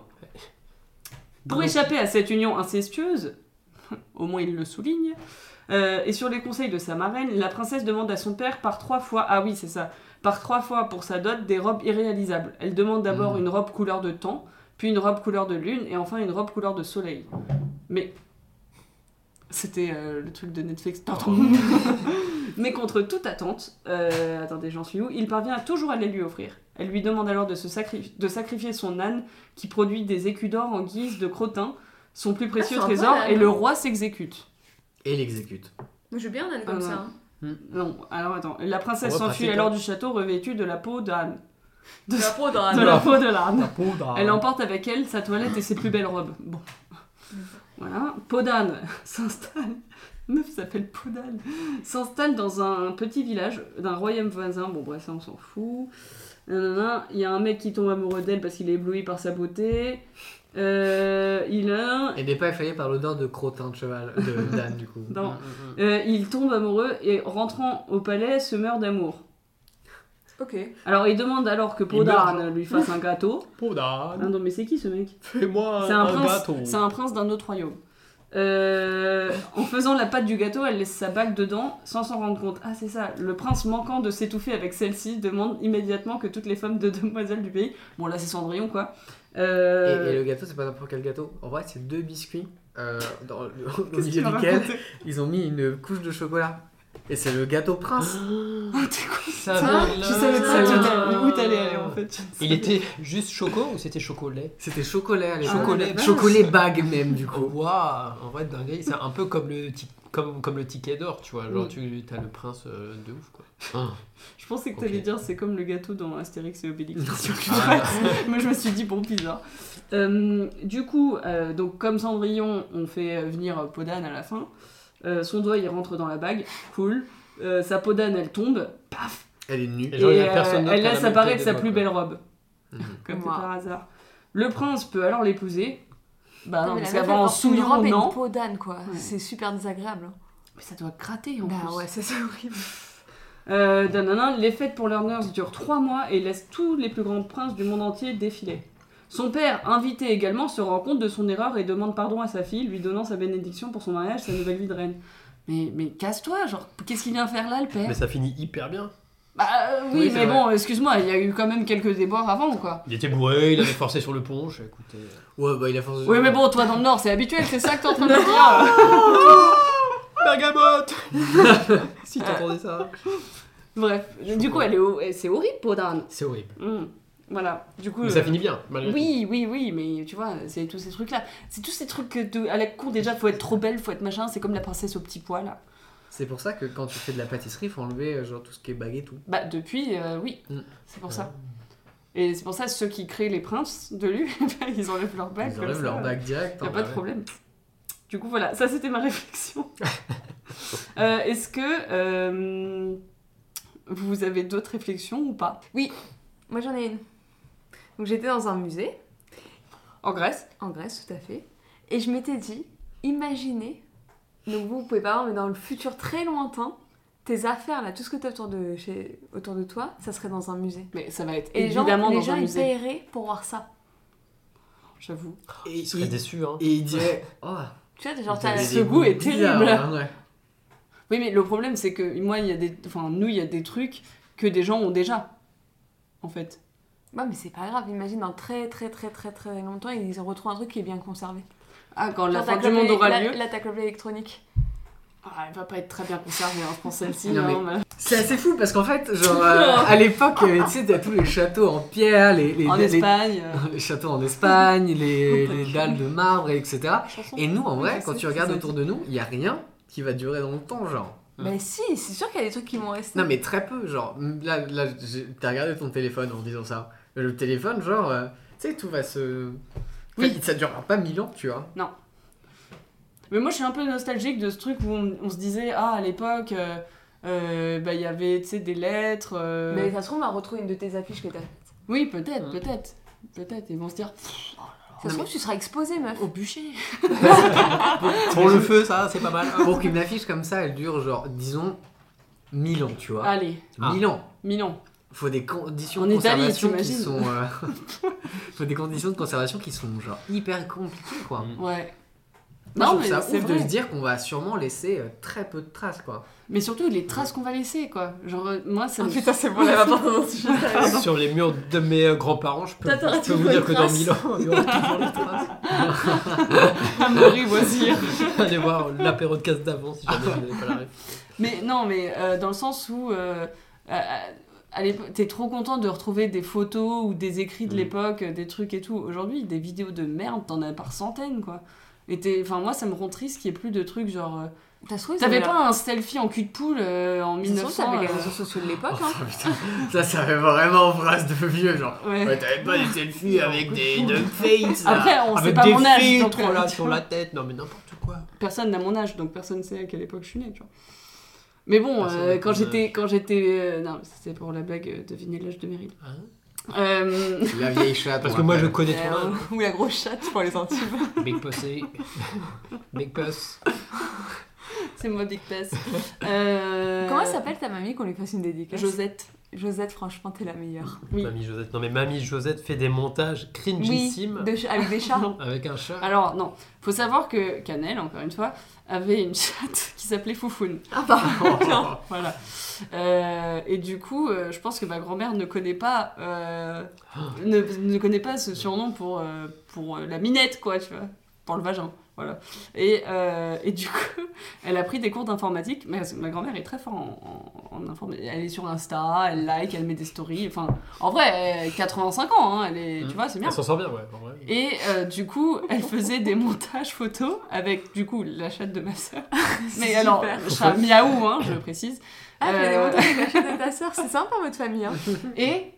Pour
Glauque.
échapper à cette union incestueuse, <laughs> au moins il le souligne, euh, et sur les conseils de sa marraine, la princesse demande à son père par trois fois, ah oui c'est ça, par trois fois pour sa dot des robes irréalisables. Elle demande d'abord
Mhm.
une robe couleur de temps, puis une robe couleur de lune, et enfin une robe couleur de soleil. Mais... C'était euh, le truc de Netflix, pardon.
<laughs>
Mais contre toute attente, euh, attendez, j'en suis où Il parvient à toujours à les lui offrir. Elle lui demande alors de, se sacri- de sacrifier son âne qui produit des écus d'or en guise de crottin, son plus précieux
c'est un
trésor,
bon âne.
et le roi s'exécute.
Et l'exécute.
Moi, je veux bien un âne comme
Ah,
ça.
non.
hein.
Non, alors attends. La princesse
On va
s'enfuit
passer
alors
par-
du château revêtue de la peau d'âne. De,
La peau d'un
de
âne.
la peau de l'âne. Elle
Elle en...
emporte avec elle sa toilette et ses plus belles robes. Bon. Voilà. Podane <laughs> s'installe. Meuf s'appelle Podane. S'installe dans un petit village d'un royaume voisin. Bon, bref, ça on s'en fout. Nanana. Il y a un mec qui tombe amoureux d'elle parce qu'il est ébloui par sa beauté. Euh, il a.
Elle n'est pas effrayée par l'odeur de crottin de cheval, de d'âne du coup.
Non. Euh, il tombe amoureux et rentrant au palais se meurt d'amour.
Ok.
Alors il demande alors que Podane lui fasse un gâteau.
Poudre,
Ah non mais c'est qui ce mec
fais-moi
C'est un,
un,
prince.
bateau.
<gasps> C'est un prince d'un autre royaume. Euh, en faisant la pâte du gâteau, elle laisse sa balle dedans sans s'en rendre compte. Ah c'est ça. Le prince manquant de s'étouffer avec celle-ci demande immédiatement que toutes les femmes de demoiselles du pays. Bon là c'est Cendrillon quoi.
Et,
Euh,
et le gâteau, c'est pas n'importe quel gâteau. En vrai, c'est deux biscuits euh, dans,
<laughs>
au
qu'est-ce qu'il
milieu
raconte
duquel ils ont mis une couche de chocolat. Et c'est le gâteau prince.
Ah, T'es con.
Ça vient
Ça,
de
Tu
là.
savais pas
Ah.
où t'allais- où t'allais aller en fait.
Il était juste choco ou c'était chocolat
C'était chocolat à l'époque.
Chocolat. Ah, la
chocolat bag même du
Oh,
coup.
Waouh, en vrai, dinguerie, c'est un peu comme le, ti- comme, comme le ticket d'or, tu vois. Genre,
Mm.
tu as le prince euh, de ouf, quoi.
Je pensais que t'allais
Ok.
dire c'est comme le gâteau dans Astérix et Obélix.
Non.
Sur le
Ah.
fait. <laughs> Moi je me suis dit bon bizarre. Euh, du coup, euh, donc comme Cendrillon, on fait venir Podane à la fin. Euh, son doigt il rentre dans la bague, cool. Euh, sa podane elle tombe, paf.
Elle est nue.
Et genre, il y a
euh,
personne d'autre
elle
qui a la
laisse
même
apparaître sa
taille de
plus
doigt,
belle robe,
Mhm.
comme
Wow.
par hasard. Le prince peut alors l'épouser. Bah non,
mais
parce
la meuf,
qu'avant en
elle porte une
souillant,
robe et
non.
une peau d'âne, quoi.
Ouais.
C'est super désagréable. hein.
Mais ça doit gratter en
Bah
plus.
ouais, ça c'est horrible.
Euh, nanana, les fêtes pour leurs nurses durent trois mois et laissent tous les plus grands princes du monde entier défiler. Son père, invité également, se rend compte de son erreur et demande pardon à sa fille, lui donnant sa bénédiction pour son mariage, sa nouvelle vie de reine. Mais, mais casse-toi, genre, qu'est-ce qu'il vient faire là, le père
Mais ça finit hyper bien.
Bah euh, oui,
Oui, c'est
mais
vrai.
bon, excuse-moi, il y a eu quand même quelques déboires avant, quoi.
Il était bourré, il avait forcé sur le pont, j'ai écouté.
Ouais, bah il a force de.
Oui, mais bon, toi dans le Nord, c'est habituel, c'est ça que t'es en train <laughs> de me dire
<laughs> Bergamote Si t'entendais ça.
Bref, du coup,
comprends.
elle est, ho- c'est horrible, Podane.
C'est horrible.
Hum, Voilà, du coup.
Mais ça
euh,
finit bien, malgré
Oui, oui, oui, mais tu vois, c'est tous ces trucs-là. C'est tous ces trucs que de, à la con, déjà, faut être trop belle, faut être machin, c'est comme la princesse au petit pois, là.
C'est pour ça que quand tu fais de la pâtisserie, faut enlever euh, genre tout ce qui est bague et tout.
Bah, depuis, euh, oui,
Mm.
c'est pour ça. Et c'est pour ça, ceux qui créent les princes de lui, <laughs> bah, ils enlèvent leur bague.
Ils enlèvent leur bague direct.
Y a
hein.
pas de
ouais.
problème. Du coup, voilà, ça c'était ma
<laughs>
réflexion. Euh, Est-ce que euh, vous avez d'autres réflexions ou pas
Moi j'en ai une. Donc j'étais dans un musée,
En Grèce
en Grèce tout à fait, et je m'étais dit, imaginez, donc vous vous pouvez pas voir, mais dans le futur très lointain, tes affaires là, tout ce que t'as autour de chez autour de toi, ça serait dans un musée.
Mais ça va être
Et les gens,
évidemment
les
dans
gens
un
ils
musée,
paieraient pour voir ça.
j'avoue.
Et
Il serait
il,
déçu, hein.
et il dirait Oh,
Tu vois, genre
Vous avez
t'as-
des-
Ah, Ce goût est
bizarre,
terrible.
hein, ouais.
Oui, mais le problème, c'est que moi, il y a des, enfin, nous, il y a des trucs que des gens ont déjà, en fait.
Ouais, mais c'est pas grave, imagine dans très très très très très longtemps, ils retrouvent un truc qui est bien conservé.
Ah, quand la
Genre, ta
fin du
clope
monde
éle-
aura
la-
lieu,
Là, ta clope électronique.
ah, elle va pas être très bien conservée, hein, je pense celle-ci.
Non,
hein, bah.
C'est assez fou parce qu'en fait,
<laughs>
genre, euh, à l'époque, euh, tu sais, t'as tous les châteaux en pierre, les, les,
En
les-
Espagne. euh,
<laughs> les châteaux en Espagne, les, les dalles de marbre, etc.
chanson.
Et nous, en vrai,
Je
quand
sais,
tu regardes
c'est
autour de nous, il y a rien qui va durer dans le temps, genre.
Mmh.
Mm.
Mais Ben, si, c'est sûr qu'il y a des trucs qui vont rester.
Non, mais très peu, genre. Là, là j'ai- t'as regardé ton téléphone en disant ça. Le téléphone, genre, euh, tu sais, tout va se.
Oui.
Enfin, ça durera pas mille ans, tu vois.
Mais moi, je suis un peu nostalgique de ce truc où on, on se disait, ah, à l'époque, euh, euh, bah, il y avait, tu sais, des lettres. euh,
Mais ça se trouve, on va retrouver une de tes affiches que t'as faites.
Oui, peut-être, peut-être. Peut-être. Ils vont se dire, oh
Ça se trouve, tu seras exposée, meuf.
au bûcher.
Pour le feu, ça, c'est pas mal.
<laughs> Pour qu'une affiche comme ça, elle dure, genre, disons, mille ans, tu vois.
Allez,
Ah.
Mille ans.
Milan.
Faut des conditions
En
de
Italie,
conservation qui
t'imagines.
sont. euh, <laughs> Faut des conditions de conservation qui sont, genre, hyper compliquées, quoi.
Mm.
Ouais.
Mmh. Moi,
non,
je
mais
trouve ça
c'est
ouf de
vrai.
se dire qu'on va sûrement laisser euh, très peu de traces, quoi.
Mais surtout, les traces qu'on va laisser, quoi. Genre, euh, moi, ça
<laughs> Ah,
me
putain, c'est bon, elle va partir dans ce sujet.
Sur les murs de mes euh, grands-parents, je peux,
Toi, t'auras
je peux vous
toujours
dire
une
que dans
trace.
1000
<laughs>
ans, Oh, il y aura toujours les traces.
<laughs>
Amaury Boisir.
<laughs> Allez voir l'apéro de casse d'avant si jamais vous n'avez pas la ref.
<laughs> Mais non, mais euh, dans le sens où euh, à- à- à l'époque, t'es trop content de retrouver des photos ou des écrits de
Mm.
l'époque, euh, des trucs et tout. Aujourd'hui, des vidéos de merde, t'en as par centaines, quoi. Et t'es- enfin, moi, ça me rend triste qu'il n'y ait plus de trucs genre. euh,
T'as trouvé
T'avais pas un selfie en cul de poule euh, en
Ça se trouve,
1900
t'avais les
euh,
réseaux sociaux de l'époque, hein.
Oh, putain, ça, ça fait vraiment phrase de vieux, genre.
euh, ouais.
Ouais, t'avais pas des selfies avec des dumpfaces là.
Après, on sait
Avec
pas
des
mon âge. donc,
filtres
euh,
là
<laughs> tu
sur
vois.
la tête, non mais n'importe quoi.
Personne n'a mon âge, donc personne sait à quelle époque je suis née, tu vois. Mais bon,
Personne
euh,
n'a
quand
ton
j'étais.
âge.
quand j'étais euh, non, c'était pour la blague, euh, deviner l'âge de <laughs> Meryl.
Hein
Euh,
La vieille chatte.
Parce
on
que moi je
rappelle.
connais ton âge.
<laughs> Ou la grosse chatte pour les intimes.
Big <laughs> Pussy, Big Puss.
C'est moi Big <laughs> Pass. Euh,
Comment s'appelle ta mamie qu'on lui fasse une dédicace
Josette.
Josette, franchement, t'es la meilleure.
Oui.
Mamie Josette. Non mais Mamie Josette fait des montages cringissimes
de ch- avec des chats.
avec un chat.
Alors non, faut savoir que Canel, encore une fois, avait une chatte qui s'appelait Foufoune.
ah bah,
Voilà. Euh, et du coup, euh, je pense que ma grand-mère ne connaît pas, euh, ne, ne connaît pas ce surnom pour euh, pour euh, la minette, quoi, tu vois, pour le vagin. Voilà. Et, euh, et du coup, <laughs> elle a pris des cours d'informatique. Mais ma grand-mère est très forte en, en, en informatique. Elle est sur Insta, elle like, elle met des stories. Enfin, en vrai, elle a 85 ans, hein, elle est, tu
Mm.
vois, c'est bien.
Elle s'en sort bien, ouais. en vrai.
Et euh, du coup, elle faisait des montages photos avec, du coup, la chatte de ma sœur. Mais
C'est
alors, chat
super.
miaou, hein, je précise.
Ah, mais les
Euh,
montages avec la chatte de ta sœur, c'est sympa votre famille. Hein.
Et,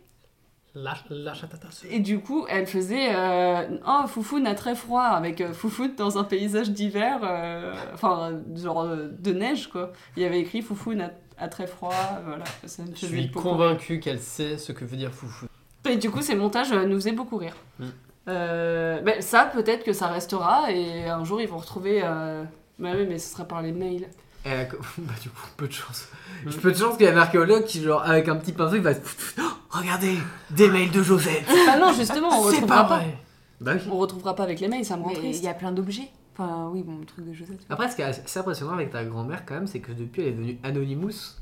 Lâche, lâche à ta tasse.
et du coup, elle faisait euh, Oh, Foufoune a très froid, avec euh, Foufoune dans un paysage d'hiver, euh, enfin, genre euh, de neige, quoi. Il y avait écrit Foufoune a, a très froid, voilà. Ça me
Je
faisait
suis
beaucoup rire.
convaincu qu'elle sait ce que veut dire foufou.
Et du coup, ces montages euh, nous faisaient beaucoup rire.
Mm.
Euh, ben, ça, peut-être que ça restera, et un jour, ils vont retrouver. euh, bah oui, mais ce sera par les mails.
Elle a co- <laughs> Bah, du coup, peu de chance.
Mm.
Peu de chance qu'il y ait un archéologue qui, genre, avec un petit pinceau, il va. Oh, regardez Des mails de Josette
Ah non, justement,
<laughs>
on
C'est
retrouvera
pas
Ah, pas.
vrai.
Bah oui.
On retrouvera pas avec les mails, ça me rend
Mais il
triste.
y a plein d'objets. Enfin, oui, bon, le truc de Josette.
Après, ce qui est assez impressionnant avec ta grand-mère, quand même, c'est que depuis, elle est devenue Anonymous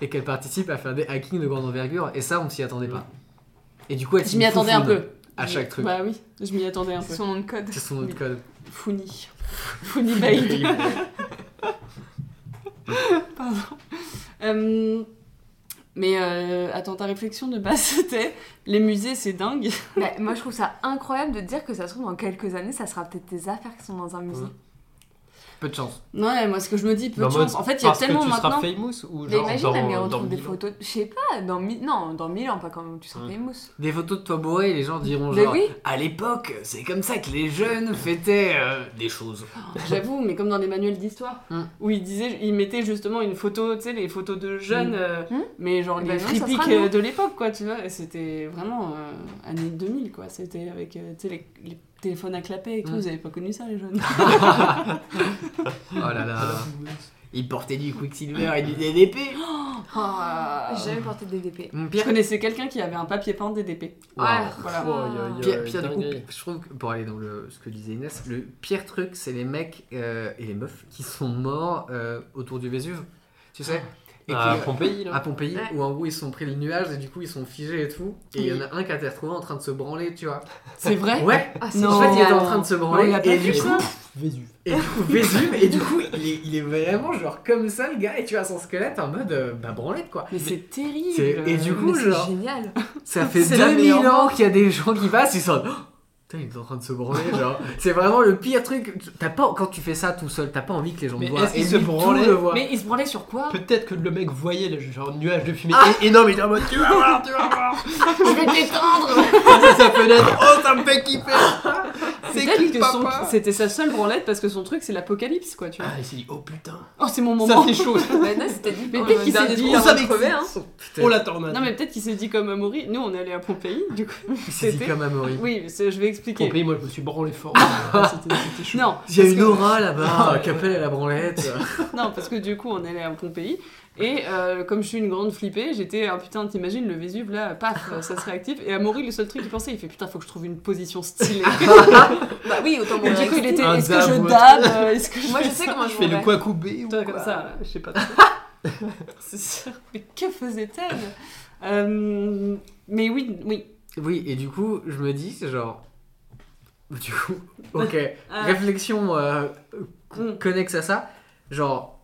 et qu'elle participe à faire des hackings de grande envergure, et ça, on s'y attendait pas. Et du coup, elle
Je m'y attendais un
foufoune
peu.
À chaque truc.
Bah oui, je m'y attendais un
C'est
peu.
son nom de
<laughs>
code.
C'est son autre code.
Founi. Founi Baïd. <laughs> Pardon. Euh, mais euh, attends, ta réflexion de base <laughs> c'était les musées c'est dingue.
Bah, moi, je trouve ça incroyable de te dire que ça se trouve, dans quelques années, ça sera peut-être tes affaires qui sont dans un musée.
Ouais.
Peu de chance.
Ouais, moi ce que je me dis, peu
Dans
de
mode,
chance. En fait, il y a
parce que
tellement
tu
maintenant.
seras famous ou
Mais
genre
imagine, la
dans,
mais on
dans
retrouve des
mille ans.
photos. Je sais pas, dans mille, non, dans mille ans, pas quand tu seras
Hmm.
famous.
Des photos de toi bourré, les gens diront
Mais
genre.
oui,
À l'époque, c'est comme ça que les jeunes fêtaient euh, des choses.
J'avoue, mais comme dans les manuels d'histoire,
Mm.
Hum.
où ils disaient, ils mettaient justement une photo, tu sais, les photos de jeunes, euh,
Mm.
mais genre
Eh
les
ben non, ça
fripiques
sera nous.
euh, de l'époque, quoi, tu vois. Et c'était vraiment euh, années 2000, quoi. C'était avec, euh, tu sais, les, les
Hum.
téléphones à clapet et tout.
Mm.
Ah.
Vous avez pas connu ça, les jeunes
Oh là là. Il portait du Quicksilver et du DDP.
Ah.
Oh,
<laughs>
J'ai jamais porté de DDP.
Mon
Je
Pire,
connaissais quelqu'un qui avait un papier peint DDP.
Ah.
Ouais,
voilà.
pire- pire du coup, je trouve que pour aller dans le, ce que disait Inès, le pire truc, c'est les mecs euh, et les meufs qui sont morts euh, autour du Vésuve. Tu sais Et
à
Ah,
qui-
Ah, Pompéi, là.
à Pompéi,
Ouais.
où en gros ils se sont pris les nuages et du coup ils sont figés et tout. Et il y en a un qui a été retrouvé en train de se branler, tu vois.
C'est vrai
Ouais
Ah, c'est
Non.
En fait, il
génial.
était en train de se branler.
il a pas
et,
vu
du
ça.
coup,
Vésuve.
et du coup, Vésuve, et du coup, il est, il est vraiment genre comme ça le gars, et tu vois son squelette en mode euh, bah branlette quoi.
Mais c'est terrible.
C'est- et du
Mais
coup,
c'est
genre,
génial.
ça fait
C'est la
2000
meilleure
ans qu'il y a des gens qui passent, ils sont. Oh, Putain, il est en train de
<laughs>
se branler, genre. C'est vraiment le pire truc. T'as pas, quand tu fais ça tout seul, t'as pas envie que les gens
Mais
te voient.
est-ce qu'il
et
se
lui, tout
branlait
le voit.
Mais il se branlait sur quoi
Peut-être que le mec voyait le genre nuage de fumée
Ah
énorme, il était en mode tu vas voir, tu vas <laughs> voir.
Je vais t'étendre.
C'est sa fenêtre, oh ça me fait kiffer. C'est
Peut-être
qui
que son-
papa
c'était sa seule branlette parce que son truc c'est l'apocalypse quoi, tu vois.
Ah il s'est dit oh putain,
Oh, c'est mon
ça
moment.
fait <laughs> chaud.
<laughs> Bah, non, c'était dit
Mais
quand
peut-être
le
qu'il s'est
dernier
dit,
jour
on
avant de
savait que
crever, hein.
Putain,
Oh la tornade.
Non, mais peut-être qu'il s'est dit comme Amaury. Nous, on est allé à Pompéi, du coup.
il s'est dit
c'était-
comme Amaury.
Oui, c'est- je vais expliquer.
Pompéi, moi je me suis branlé fort. <laughs> C'était Ah, c'était chaud.
Non,
Il y a
parce
une
que- Ah,
aura là-bas, Capel à la branlette.
Non, parce que du coup, on allait à Pompéi. Et euh, comme je suis une grande flippée, j'étais ah, putain, t'imagines le Vésuve là, paf, ça se réactive. Et Amaury, le seul truc qu'il pensait, il fait putain, faut que je trouve une position stylée.
Bah oui, autant
Et
mourir.
du coup,
avec
il était
Ah, Un
est-ce que je
dab ou
dab euh, Est-ce que
tout.
je.
Moi, je sais comment
Je
je
fais le
mourrais.
quoi couper ou
Toi,
quoi
comme ça, là.
Je sais pas.
C'est sûr. Mais que faisait-elle Euh, Mais oui, oui.
Oui, et du coup, je me dis, c'est genre. Du coup,
<laughs>
ok.
Ah.
Réflexion euh, co-
Mm.
connexe à ça. Genre,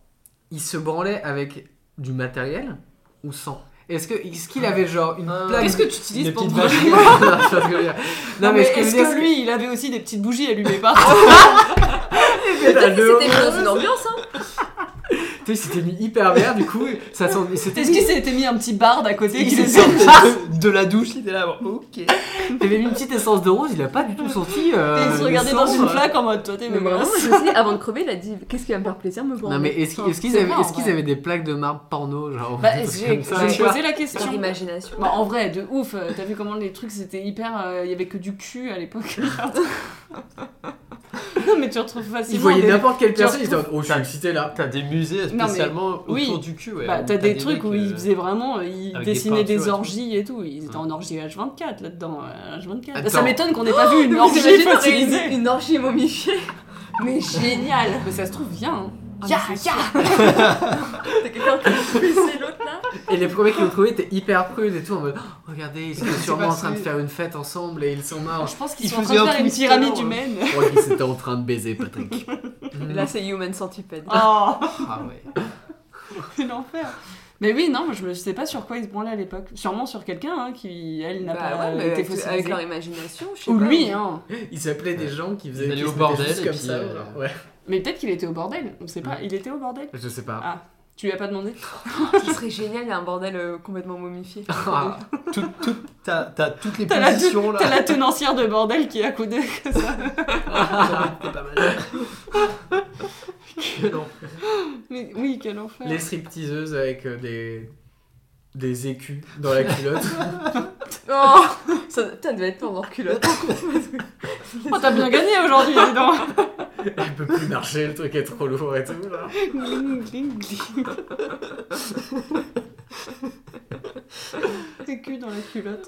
il se branlait avec du matériel ou sans Est-ce que est-ce qu'il avait genre une
Ah.
plaque
Qu'est-ce que tu utilises
Des
pour
petites
te branler
<laughs> Non, je sais pas ce que je veux dire.
Non, mais,
ce je veux
est-ce
dire, Ah,
que
c'est
lui, il avait aussi des petites bougies allumées par
que t'as
Peut-être qu'il
le-
s'était mis dans une ambiance, hein.
Tu sais, c'était mis hyper vert, du coup, ça sent.
<laughs>
C'était
Est-ce qu'il s'était mis un petit barde à côté
Il
qui
s'est
les a-
sorti de, de la douche, il était là. bon, Ok.
Il avait mis une petite essence de rose, il a pas du tout senti. euh,
Et ils se
le
regardaient
sang,
dans une
euh.
flaque en mode toi t'es
Mais
vraiment.
vraiment, je me suis dit, avant de crever, il a dit Qu'est-ce qui va me faire plaisir me branler
Non, mais est-ce qu'ils est-ce qu'ils
C'est
avaient,
pas,
est-ce qu'ils
ouais.
avaient des plaques de marbre porno genre
<laughs> Bah,
des trucs
j'ai
comme ça,
j'ai
tu vois
posé la
Par
question.
imagination.
Bah, en vrai, de ouf, euh, t'as vu comment les trucs c'était hyper. euh, Il y avait que du cul à l'époque. <laughs> non, mais tu retrouves facilement.
Il voyait
des-
n'importe quelle
tu
personne, il était
retrouves-
en mode, oh, je suis excité là.
T'as des musées
mais-
spécialement
oui.
autour du cul. Ouais.
Bah, t'as des, trucs
mecs,
où
euh,
ils faisaient vraiment, euh, ils
avec des
dessinaient des,
peintures et tout.
orgies et tout. Ils étaient
Ouais.
en orgie H24 là-dedans. euh, H24.
Attends.
Ça m'étonne qu'on n'ait pas
<laughs>
vu une
Vous
orgie
imaginez
utilisée.
une, une orgie momifiée Mais génial
Mais ça se trouve bien. hein.
Ah,
Ya,
mais c'est
ya.
<laughs> T'as quelqu'un qui c'est l'autre là
Et les premiers qui l'ont trouvé étaient hyper prudes et tout en mode, Oh, regardez, ils sont sûrement en
passé.
train de faire une fête ensemble et ils sont
Alors,
marrants.
Je pense qu'ils
Ils
sont en train
faisaient
de
un
faire une
twist
pyramide
alors, hein. <laughs>
humaine.
Je crois qu'ils étaient en train de baiser, Patrick.
Là, c'est Human Centipede.
Oh,
Ah ouais.
c'est l'enfer. Mais oui, non, je ne sais pas sur quoi ils se branlaient à l'époque. Sûrement sur quelqu'un hein, qui, elle, n'a
Bah
pas
ouais, mais
été
avec, avec
fossilisée.
leur imagination, je sais
Ou
pas.
lui, hein.
Ils s'appelaient des gens qui faisaient
Ils allaient
qui
au
se mettaient
bordel
juste
et
comme
puis,
ça.
euh,
genre, ouais.
Mais peut-être qu'il était au bordel, on sait pas. Il était au bordel
Je sais pas.
Ah. Tu lui as pas
<laughs>
demandé
Ce serait génial, il y a un bordel euh, complètement <laughs> momifié.
Ah.
Tout- tout- T'as t'as toutes les
T'as la,
positions là.
t'as la tenancière de <laughs> bordel qui est accoudée comme ça.
C'était pas mal. Quel enfer.
Mais oui, quel enfer.
Les stripteaseuses avec euh, des des écus dans la culotte.
Oh ça, Putain, elle devait être pas en culotte.
Oh, t'as bien gagné aujourd'hui, dis donc. <laughs>
Elle peut plus marcher, le truc est trop lourd et tout. genre.
Gling, gling, gling. Tes culs dans la culotte.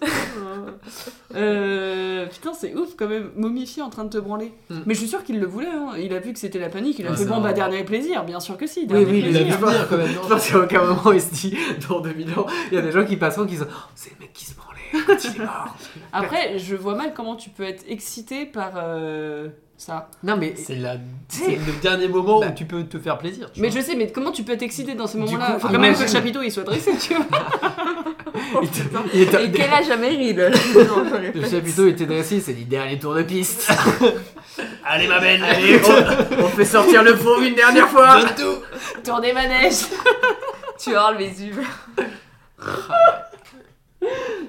Euh, putain, c'est ouf quand même, momifié en train de te branler.
Mm.
Mais je suis sûr qu'il le voulait, hein. il a vu que c'était la panique, il a
Ah,
fait
ça
bon,
va.
bah, dernier plaisir, bien sûr que si.
Oui,
Dernier
oui,
Il a
plaisir.
vu venir Ah, quand même.
Je
non
pense qu'à aucun moment il se dit, dans 2000 ans, il y a des gens qui passeront qui sont Oh, c'est le mec qui se branlait quand il
<laughs>
est mort.
Après, je vois mal comment tu peux être excité par euh, ça.
Non, mais
C'est la-
sais-
c'est le dernier moment
Bah.
où tu peux te faire plaisir. tu
Mais
vois.
je sais, mais comment tu peux être excité dans ces
Du
moments-là
coup,
Faut quand même que le
imagine.
chapiteau il soit dressé, tu
<laughs>
vois.
il était- il était-
Et quel âge a Mary le... <laughs> non, j'aurais
le
pas dit
chapiteau était dressé, c'est dit dernier tour de piste.
Allez ma belle,
Allez, on, on fait sortir le four une dernière fois.
donne tout.
Tournez manège
ça. Tu hurles les yeux.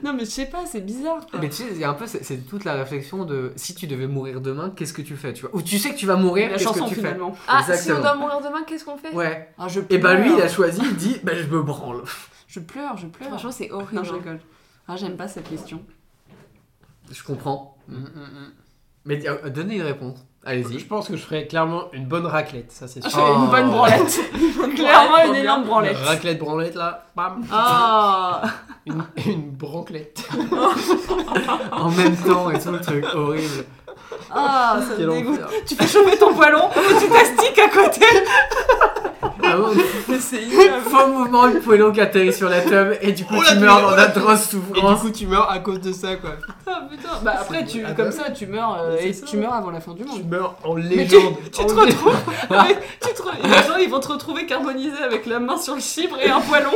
Non, mais je sais pas, c'est bizarre. quoi.
Mais tu sais, il y a un peu, c'est c'est toute la réflexion de si tu devais mourir demain, qu'est-ce que tu fais, tu vois Ou tu sais que tu vas mourir,
La
qu'est-ce
chanson
que tu fais
finalement.
Ah, si
Exactement.
on doit mourir demain, qu'est-ce qu'on fait
Ouais.
Ah, je
Et bah lui,
pleure.
il a choisi, il dit, bah je me branle.
Je pleure, je pleure.
Franchement, c'est horrible.
Non, je
hein.
rigole. Ah, j'aime pas cette question.
Je comprends.
<laughs>
Mm, mm, mm.
Mais euh, donnez une réponse.
<laughs>
Allez-y.
Je pense que je ferais clairement une bonne raclette, ça c'est
Je
sûr.
fais une bonne branlette. Clairement une énorme branlette.
Raclette branlette là, <laughs> bam,
Ah
une, une branlette.
En même temps et tout le truc horrible.
Ah, ça
Quel
me dégoûte.
enfer.
Tu fais chauffer ton poêlon et tu t'astiques à côté.
Vraiment,
Mais <laughs> c'est
Ah faux mouvement du poêlon qui atterrit sur la table et du coup
Oh la
tu meurs
douleur,
dans
oh la
d'atroces
Et du
souffrances.
coup tu meurs à cause de ça quoi.
Ah putain. Bah après, tu,
Ah, bah
comme ça, tu meurs euh,
C'est
et
ça.
tu meurs avant la fin du
Tu
monde.
meurs en
Mais tu,
légende.
tu
En
te
légende.
retrouves, mais <laughs> tu te re- les gens ils vont te retrouver carbonisé avec la main sur le chibre et un poêlon.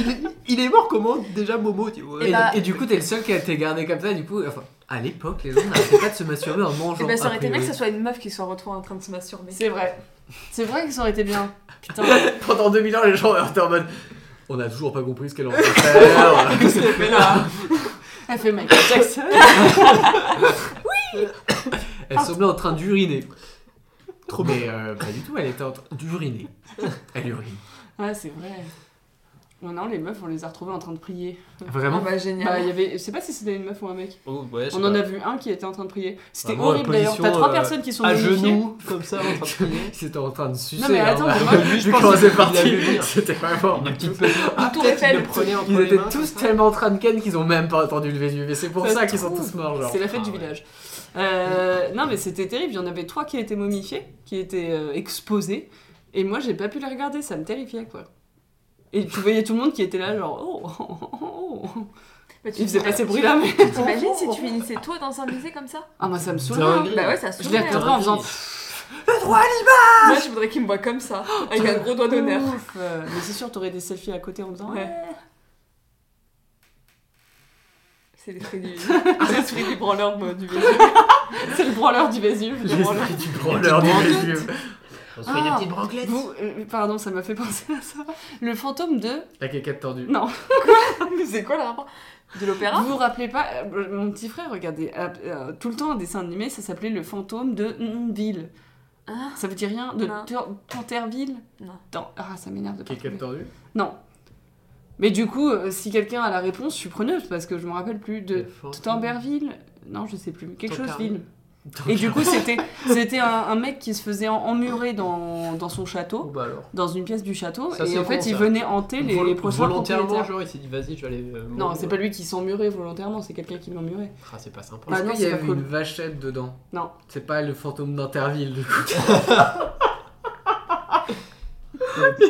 Il est, il est mort comment déjà Momo tu vois.
Et,
Et bah-
et du coup, t'es le seul qui a été gardé comme ça. Du coup, enfin, à l'époque, les gens n'arrêtaient pas de se masturber en mangeant.
Et bien, Eh ben, ça aurait été bien que
a
ce soit une meuf qui soit retrouvée en train de se masturber.
C'est vrai. C'est vrai que ça aurait été bien. Putain.
<laughs> priori. Pendant 2000 ans, les gens étaient en mode. On a toujours pas compris ce qu'elle en fait faire.
Elle fait Michael Jackson.
Elle semblait en train d'uriner. Trop Mais euh, pas du tout, elle était en train d'uriner. Elle urine.
Ouais, c'est vrai. Non, non, les meufs, on les a retrouvées en train de prier.
Vraiment
bah,
Bah,
génial.
il y avait... Je sais pas si c'était une meuf ou un mec.
Oh, ouais, je sais
On en
pas.
a vu un qui était en train de prier. C'était
Vraiment, la
horrible d'ailleurs.
position,
T'as trois
euh,
personnes qui sont
à
momifiées.
genoux <laughs> comme ça en train de prier.
C'était en train de sucer.
Non, mais
hein,
attends,
bah.
moi,
Lui, je
Vu
pense
qu'on
qu'il
s'est
a
parti,
vu.
c'était vraiment.
Une petite petite-
Ah,
Peut-être
Tour
qu'il
Eiffel.
le prenait entre
Ils
les
étaient
mains, comme
tous
ça.
tellement en train de ken qu'ils ont même pas entendu le Vésuve. Et c'est pour
Ça
ça
se
qu'ils sont
trouve.
tous morts, genre.
C'est la fête du
Ah ouais.
village. Euh, non, mais c'était terrible. Il y en avait trois qui étaient momifiés, qui étaient euh, exposés. Et moi, j'ai pas pu les regarder. Ça me terrifiait, quoi. Et tu voyais tout le monde qui était là, genre, oh, oh, oh, oh, oh.
Bah, tu
Ils faisaient pas
t'imagines-
ces bruits-là, mais.
tu T'imagines si tu finissais toi dans un musée comme ça
Ah, moi, ça me saoulait.
Dingue.
hein.
Bah ouais, ça se
Je les regarderais en faisant.
Moi, je voudrais qu'il me voit comme <gasps> ça, avec un gros doigt d'honneur.
Ouf. euh, Mais c'est sûr, t'aurais des selfies à côté en faisant.
Ouais.
Ouais.
C'est l'esprit <laughs> du...
L'esprit du branleur moi, du Vésuve. c'est le branleur du Vésuve. le branleur.
L'esprit du branleur du Vésuve.
On se fait des
Ah.
petites branquettes.
Vous, euh, pardon, ça m'a fait penser à ça. Le fantôme de.
La caquette tordue.
Non.
C'est quoi le rapport De l'opéra
Vous vous rappelez pas, euh, mon petit frère regardait euh, euh, tout le temps un dessin animé, ça s'appelait Le fantôme de Ville.
Ah.
Ça vous dit rien De
Non.
Tur- Panterville
Non.
Dans- Ah, ça m'énerve de pas
Caquette
trouver.
tordue.
Non. Mais du coup, euh, si quelqu'un a la réponse, je suis preneuse parce que je me rappelle plus de Tamberville. Non, je sais plus. Quelque chose
Tankerville.
ville. Et du coup, c'était c'était un, un mec qui se faisait en- emmurer dans, dans son
Oh,
château,
bah alors.
dans une pièce du château,
Ça,
et
c'est
en fait,
bon,
il
ça.
venait hanter les,
Vol-
les prochains
volontairement,
propriétaires.
genre, il s'est dit vas-y, je vais aller. euh,
Non,
me-
c'est pas lui qui s'emmurait volontairement, c'est quelqu'un qui l'emmurait.
Ah, c'est pas sympa.
Bah
Est-ce
non,
qu'il y
c'est pas
avait
cool.
une vachette dedans
Non.
C'est pas le fantôme d'Interville, du coup.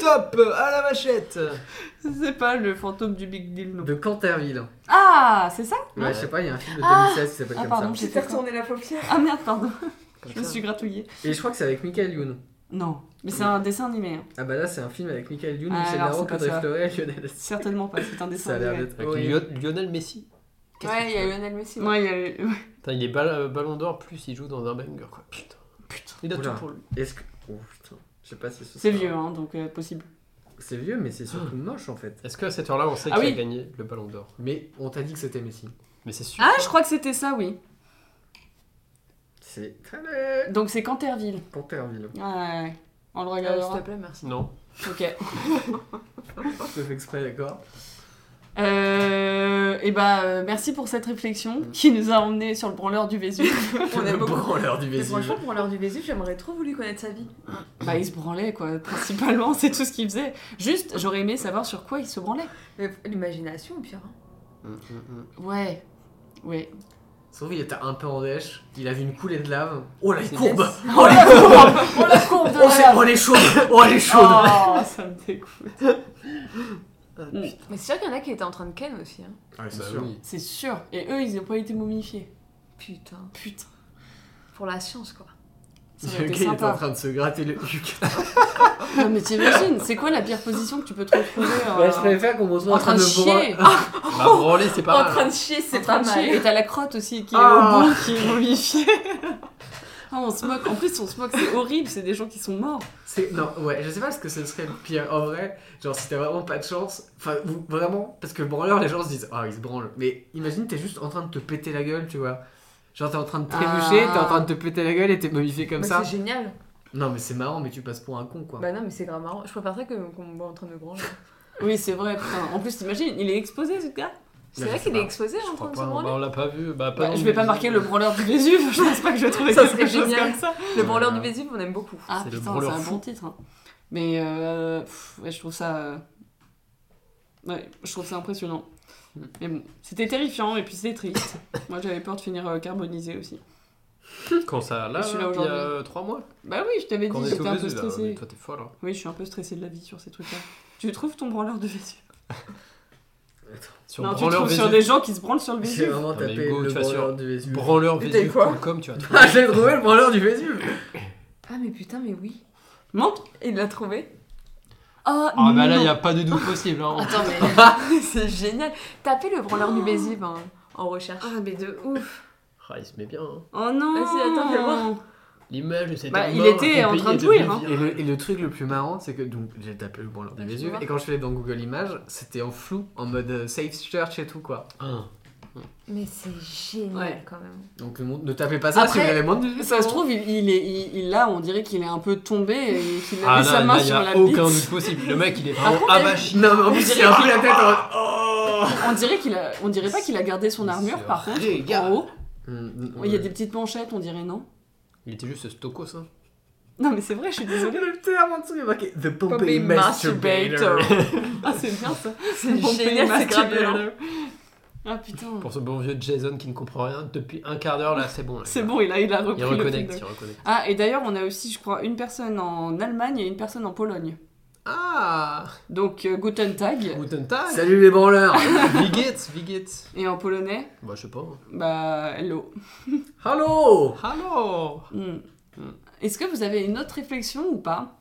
Top euh, à la vachette.
<laughs> C'est pas le fantôme du Big Deal, non.
De Canterville.
Ah, c'est ça
Ouais,
Ouais.
je sais pas, il y a un film de
Ah
2016 qui s'appelle
Ah,
comme
pardon,
ça.
j'ai fait quoi
la paupière.
Ah merde, pardon,
Comme
je me
ça.
suis gratouillée.
Et je crois que c'est avec Michael Youn.
Non, mais c'est un dessin animé, hein.
Ah bah là, c'est un film avec Michael Youn,
Ah,
Michel
alors,
Larocque,
c'est pas
Audrey
ça.
Fleurel, Lionel Messi.
Certainement pas, c'est un dessin
Ça a l'air
animé.
d'être
Avec
horrible.
Lion- Lionel Messi. Qu'est-ce que
Ouais, il y a
c'est
Lionel Messi.
Ouais, il y a eu- ouais.
Putain, il est bal- euh, ballon d'or plus il joue dans un banger quoi. Putain.
Putain.
Il a
Oula.
tout pour lui.
Est-ce que. Oh putain. Je sais pas si ce
C'est
sera-
vieux, Ah. hein, donc euh, possible.
C'est vieux, mais c'est surtout moche en fait.
Est-ce qu'à cette heure-là, on sait
Ah
qu'il
oui.
a gagné le ballon d'or
Mais on t'a dit que c'était Messi.
Mais c'est sûr.
Ah, je crois que c'était ça, oui.
C'est. Tadam
Donc c'est Canterville.
Canterville.
Ouais, on le
Euh, S'il
regardera.
te plaît, merci.
Non.
Ok.
Je fais exprès, d'accord
Euh, et bah, euh, merci pour cette
Mm.
réflexion qui nous a emmené sur le branleur du Vésuve.
On aime
<laughs> Le
beaucoup.
branleur du
Mais franchement,
Vésuve.
pour l'heure du Vésuve, j'aimerais trop voulu connaître sa vie.
bah, il se branlait, quoi, principalement, <laughs> c'est tout ce qu'il faisait. Juste, j'aurais aimé savoir sur quoi il se branlait.
Mais l'imagination, pire. hein.
Mm, Bah
Ouais. Ouais.
Sauf qu'il était un peu en dèche, il avait une coulée de lave. Oh la
C'est
courbe
bien.
Oh la courbe
Oh la courbe de
Oh, c'est- oh, elle est chaude Oh elle est chaude
Oh, ça me dégoûte.
Mais c'est sûr qu'il y en a qui étaient en train de ken aussi. hein.
Ouais, Ah, c'est
Bah
sûr.
oui.
C'est sûr. Et eux, ils n'ont pas été momifiés.
Putain.
Putain.
Pour la science, quoi.
Ça aurait
Le
été
gars il est en
sympa.
train de se gratter le cul.
Non, mais t'imagines, c'est quoi la pire position que tu peux te retrouver euh,
Ouais, Bah, je préfère qu'on me soit
en train de
bourrer.
chier
Bah, branler, c'est pas
en
mal.
train de chier, c'est
Oh En train
pas
de chier.
mal. Bah,
Et t'as la crotte aussi qui est
Ah.
au bout, qui est momifiée. Ah, on se moque. En plus, on se moque, c'est horrible, c'est des gens qui sont morts.
C'est- Non, ouais, je sais pas ce que ce serait le pire en vrai. Genre, si t'as vraiment pas de chance, enfin, vous- vraiment, parce que le branleur, les gens se disent, ah, il se branle. Mais imagine, t'es juste en train de te péter la gueule, tu vois. Genre, t'es en train de trébucher,
Ah.
t'es en train de te péter la gueule et t'es momifié comme
Bah,
ça.
c'est génial.
Non, mais c'est marrant, mais tu passes pour un con, quoi.
Bah non, mais c'est grave marrant. Je préfère ça que qu'on me voit en train de branler.
Oui, c'est vrai, putain. En plus, t'imagines, il est exposé, ce gars
C'est
je
vrai
sais
qu'il
pas.
est exposé hein,
Je
en
crois
train de se
pas, bah,
branler.
on l'a pas vu. Bah,
Bah,
dans
je
le
vais pas
musée.
marquer le branleur du Vésuve, <laughs> je pense pas que je vais trouver
Ça
quelque
serait
chose
génial.
comme ça.
Le branleur du Vésuve, on aime beaucoup.
Ah
C'est le
putain, c'est
branleur
un
fou.
bon titre. hein. Mais euh, pff, ouais, je trouve ça. euh, Ouais, je trouve ça impressionnant.
Mm.
Mais bon, c'était terrifiant et puis c'était
<coughs>
triste. Moi j'avais peur de finir euh, carbonisé aussi.
Quand ça, là,
Je suis là
là, il y a
aujourd'hui.
3 mois.
Bah oui, je t'avais
Quand on
dit,
est
j'étais un peu
obèse, là, mais
stressée.
toi, t'es folle. hein.
Oui, je suis un peu stressée de la vie sur ces trucs-là. Tu trouves ton branleur de Vésuve
Sur
Non, tu
branleur
trouves sur
Vésuve.
des gens qui se branlent sur le
J'ai
Vésuve.
vraiment
Ah, mais
tapé
go,
le
tu vas sur-
branleur du Vésuve.
branleurvésuve.com, tu vas trouver.
<laughs> Ah, j'ai trouvé le branleur du Vésuve
Ah, mais putain, mais oui.
Montre
Il l'a trouvé.
Ah,
Ah, bah
non.
là,
<laughs>
il n'y a pas de doute possible. hein.
Attends, mais.
<laughs> c'est génial. Tapez le branleur du Vésuve hein, en recherche.
Ah, mais de ouf
Ah, il se met bien. hein.
Oh non
Vas-y, attends, fais voir.
L'image de cet
Bah,
homme
il
mort
était en
pays
train de
est
jouir,
devenue
hein.
virale.
Et le, et le truc le plus marrant, c'est que donc j'ai tapé le branleur du
Ouais, je
Vésuve
Bah, vois.
et quand je suis allé dans Google Images, c'était en flou, en mode euh, safe search et tout quoi.
Hein.
Mais c'est génial
Ouais.
quand même.
Donc ne, ne tapez pas ça si vous
Après,
avez moins de
Ça se trouve, il, il est, il, il- là, on dirait qu'il est un peu tombé et qu'il a
Ah,
mis sa
là,
main
là, il y
sur
a
la
aucun
bite.
doute possible. Le mec, il est vraiment
contre, il y a-
avachi.
Non mais en plus il a un peu la tête en...
On dirait qu'il a, on dirait pas qu'il a gardé son armure par contre. En haut,
Mm, mm,
il y a des petites manchettes, on dirait non.
Il était juste stocos, hein.
Non mais c'est vrai, je suis désolée.
Le terme en dessous il est marqué The Pompey
Pompey
Masturbator.
<laughs> Ah c'est bien ça.
C'est
Pompéi
génial, c'est grave
masturbateur.
violent.
Ah putain.
Pour ce bon vieux Jason qui ne comprend rien depuis un quart d'heure, là, c'est bon. là.
C'est bon, il a, il a
Il
repris le
reconnecte,
feedback.
il reconnecte.
Ah et d'ailleurs, on a aussi, je crois, une personne en Allemagne et une personne en Pologne.
Ah
Donc euh, Guten Tag
Guten Tag
Salut les branleurs
Viget, Viget
et en polonais,
Bah, je sais pas. hein.
bah hello.
Hallo
Hallo
Hmm.
Hmm.
Est-ce que vous avez une autre réflexion ou pas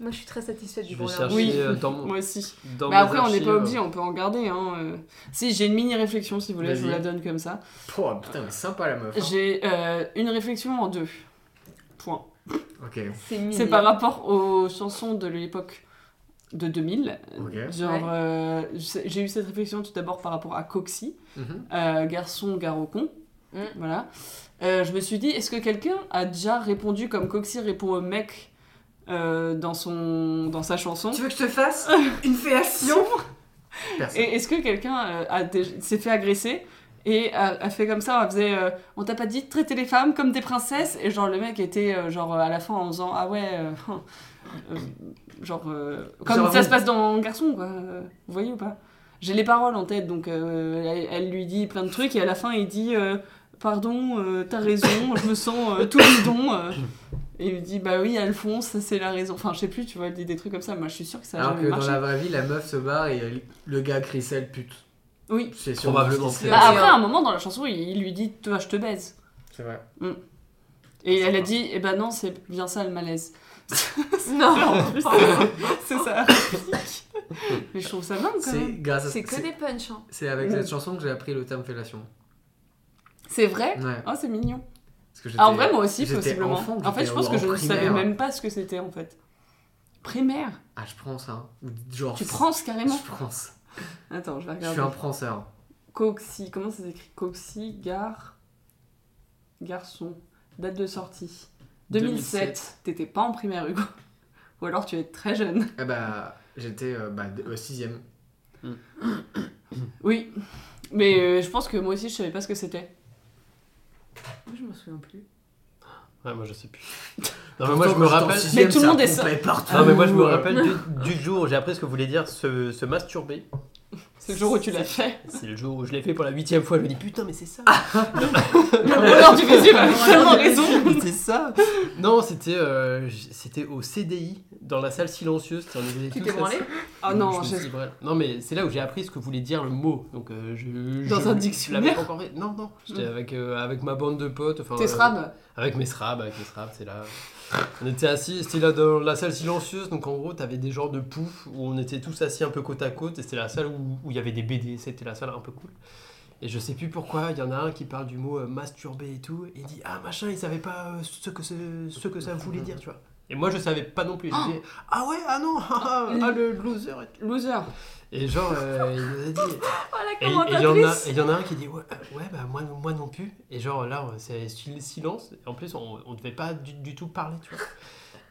Moi, je suis très satisfaite du
Je vais
branleur.
chercher
Oui.
euh, dans mon.
Moi aussi.
Dans
Mais
mes
Bah après, on n'est
archives,
pas
euh,
obligé, on peut en garder. Hein. euh. Si, j'ai une mini réflexion, si vous voulez, je vous
Vas-y.
la donne comme ça.
Oh putain mais sympa la meuf. hein.
J'ai euh, une réflexion en deux. Point.
Ok,
C'est mignon.
C'est par rapport aux chansons de l'époque de 2000.
ok.
Genre,
Ouais.
euh, j'ai j'ai eu cette réflexion tout d'abord par rapport à Coxy,
Mhm.
euh, garçon, garocon.
Mm.
Voilà. Euh, je me suis dit, est-ce que quelqu'un a déjà répondu comme Coxy répond au mec euh, dans, son, dans sa chanson
veux que je te fasse
<laughs>
une féation Personne.
Et est-ce que quelqu'un euh, a dé- s'est fait agresser et a, a fait comme ça, on faisait euh, on t'a pas dit de traiter les femmes comme des princesses et genre le mec était euh, genre à la fin en faisant ah ouais euh, <laughs> hein, euh, genre euh, comme
Genre,
ça
oui.
se passe dans garçon quoi euh, vous voyez ou pas j'ai les paroles en tête donc euh, elle, elle lui dit plein de trucs et à la fin il dit euh, pardon euh, t'as raison je me sens euh, tout bidon euh. et il lui dit bah oui Alphonse ça, c'est la raison enfin je sais plus tu vois elle dit des trucs comme ça moi je suis sûre que ça a
Alors
jamais
que dans
marché
la vraie vie, la meuf se barre et euh, le gars crie sale pute.
oui
C'est sûr.
Probablement.
C'est-
Bah,
Et,
après,
euh,
à un moment dans la chanson, il, il lui dit Toi, je te baise.
C'est vrai.
Et
Ah,
elle a
sympa.
dit Eh ben non, c'est bien ça le <laughs> malaise.
Non
<laughs> c'est ça. <laughs> Mais je trouve ça dingue quand
C'est
même.
grâce à
C'est que des punchs. hein.
C'est avec
Mm.
cette chanson que j'ai appris le terme fellation.
C'est vrai
Ouais.
Oh, c'est mignon.
Parce que j'étais-
Ah, en vrai, moi aussi,
j'étais
possiblement.
enfant,
en fait, je
j'étais
pense que
en
je ne savais
primaire.
même pas ce que c'était en fait. Primaire
Ah, je prends ça. Ou Genre.
Tu prends ce carrément
Je pense.
Attends, je vais
Je
regarder.
suis un pranceur.
Coxy, comment ça s'écrit Coxy, gare, garçon. Date de sortie 2007.
2007.
T'étais pas en primaire, Hugo. Ou alors tu es très jeune.
Ah bah, euh, j'étais 6 ème
Oui. Mais euh, je pense que moi aussi, je savais pas ce que c'était.
Moi, je m'en souviens plus.
Ouais, moi, je
<laughs>
sais plus. Non, mais moi, je me rappelle.
Mais tout le monde est ça.
partout.
Non, mais moi, je me rappelle du, du jour où j'ai appris ce que voulait dire se, se masturber.
C'est le jour où tu l'as fait.
C'est le jour où je l'ai fait pour la huitième fois. Je me dis putain, mais
<laughs>
c'est ça.
Le bonheur du Vésuve a vraiment raison.
<laughs> C'était ça Non, c'était euh, j- c'était au CDI, dans la salle silencieuse. c'était en Nouvelle-Écosse.
Tu t'es branlé
Ah
Je
non,
me
j'ai-
suis dit, voilà. Non, mais c'est là où j'ai appris ce que voulait dire le mot. Donc, euh, je,
Dans
je-
un
je
dictionnaire
l'avais pas encore fait. Non, non. J'étais
Mm.
avec, euh, avec ma bande de potes. enfin,
t'es
euh,
srab.
Avec mes srabs, avec mes srabs, c'est là. On était assis, c'était là dans la salle silencieuse, donc en gros, t'avais des genres de pouf où on était tous assis un peu côte à côte, et c'était la salle où où il y avait des BD, c'était la salle un peu cool. Et je sais plus pourquoi, il y en a un qui parle du mot euh, masturber et tout, et il dit Ah machin, il savait pas euh, ce, que ce, ce que ça voulait dire, tu vois. Et moi, je savais pas non plus. Je dis, ah ouais, ah non, <laughs> ah, ah, le loser et tout.
Loser.
Et genre, euh, il nous a dit
Oh la
et il y, en a-
commentatrice
et y en a un qui dit ouais, euh, ouais, bah moi, moi non plus. Et genre là, on- c'est sil- silence. En plus, on, on devait pas du, du tout parler, tu vois.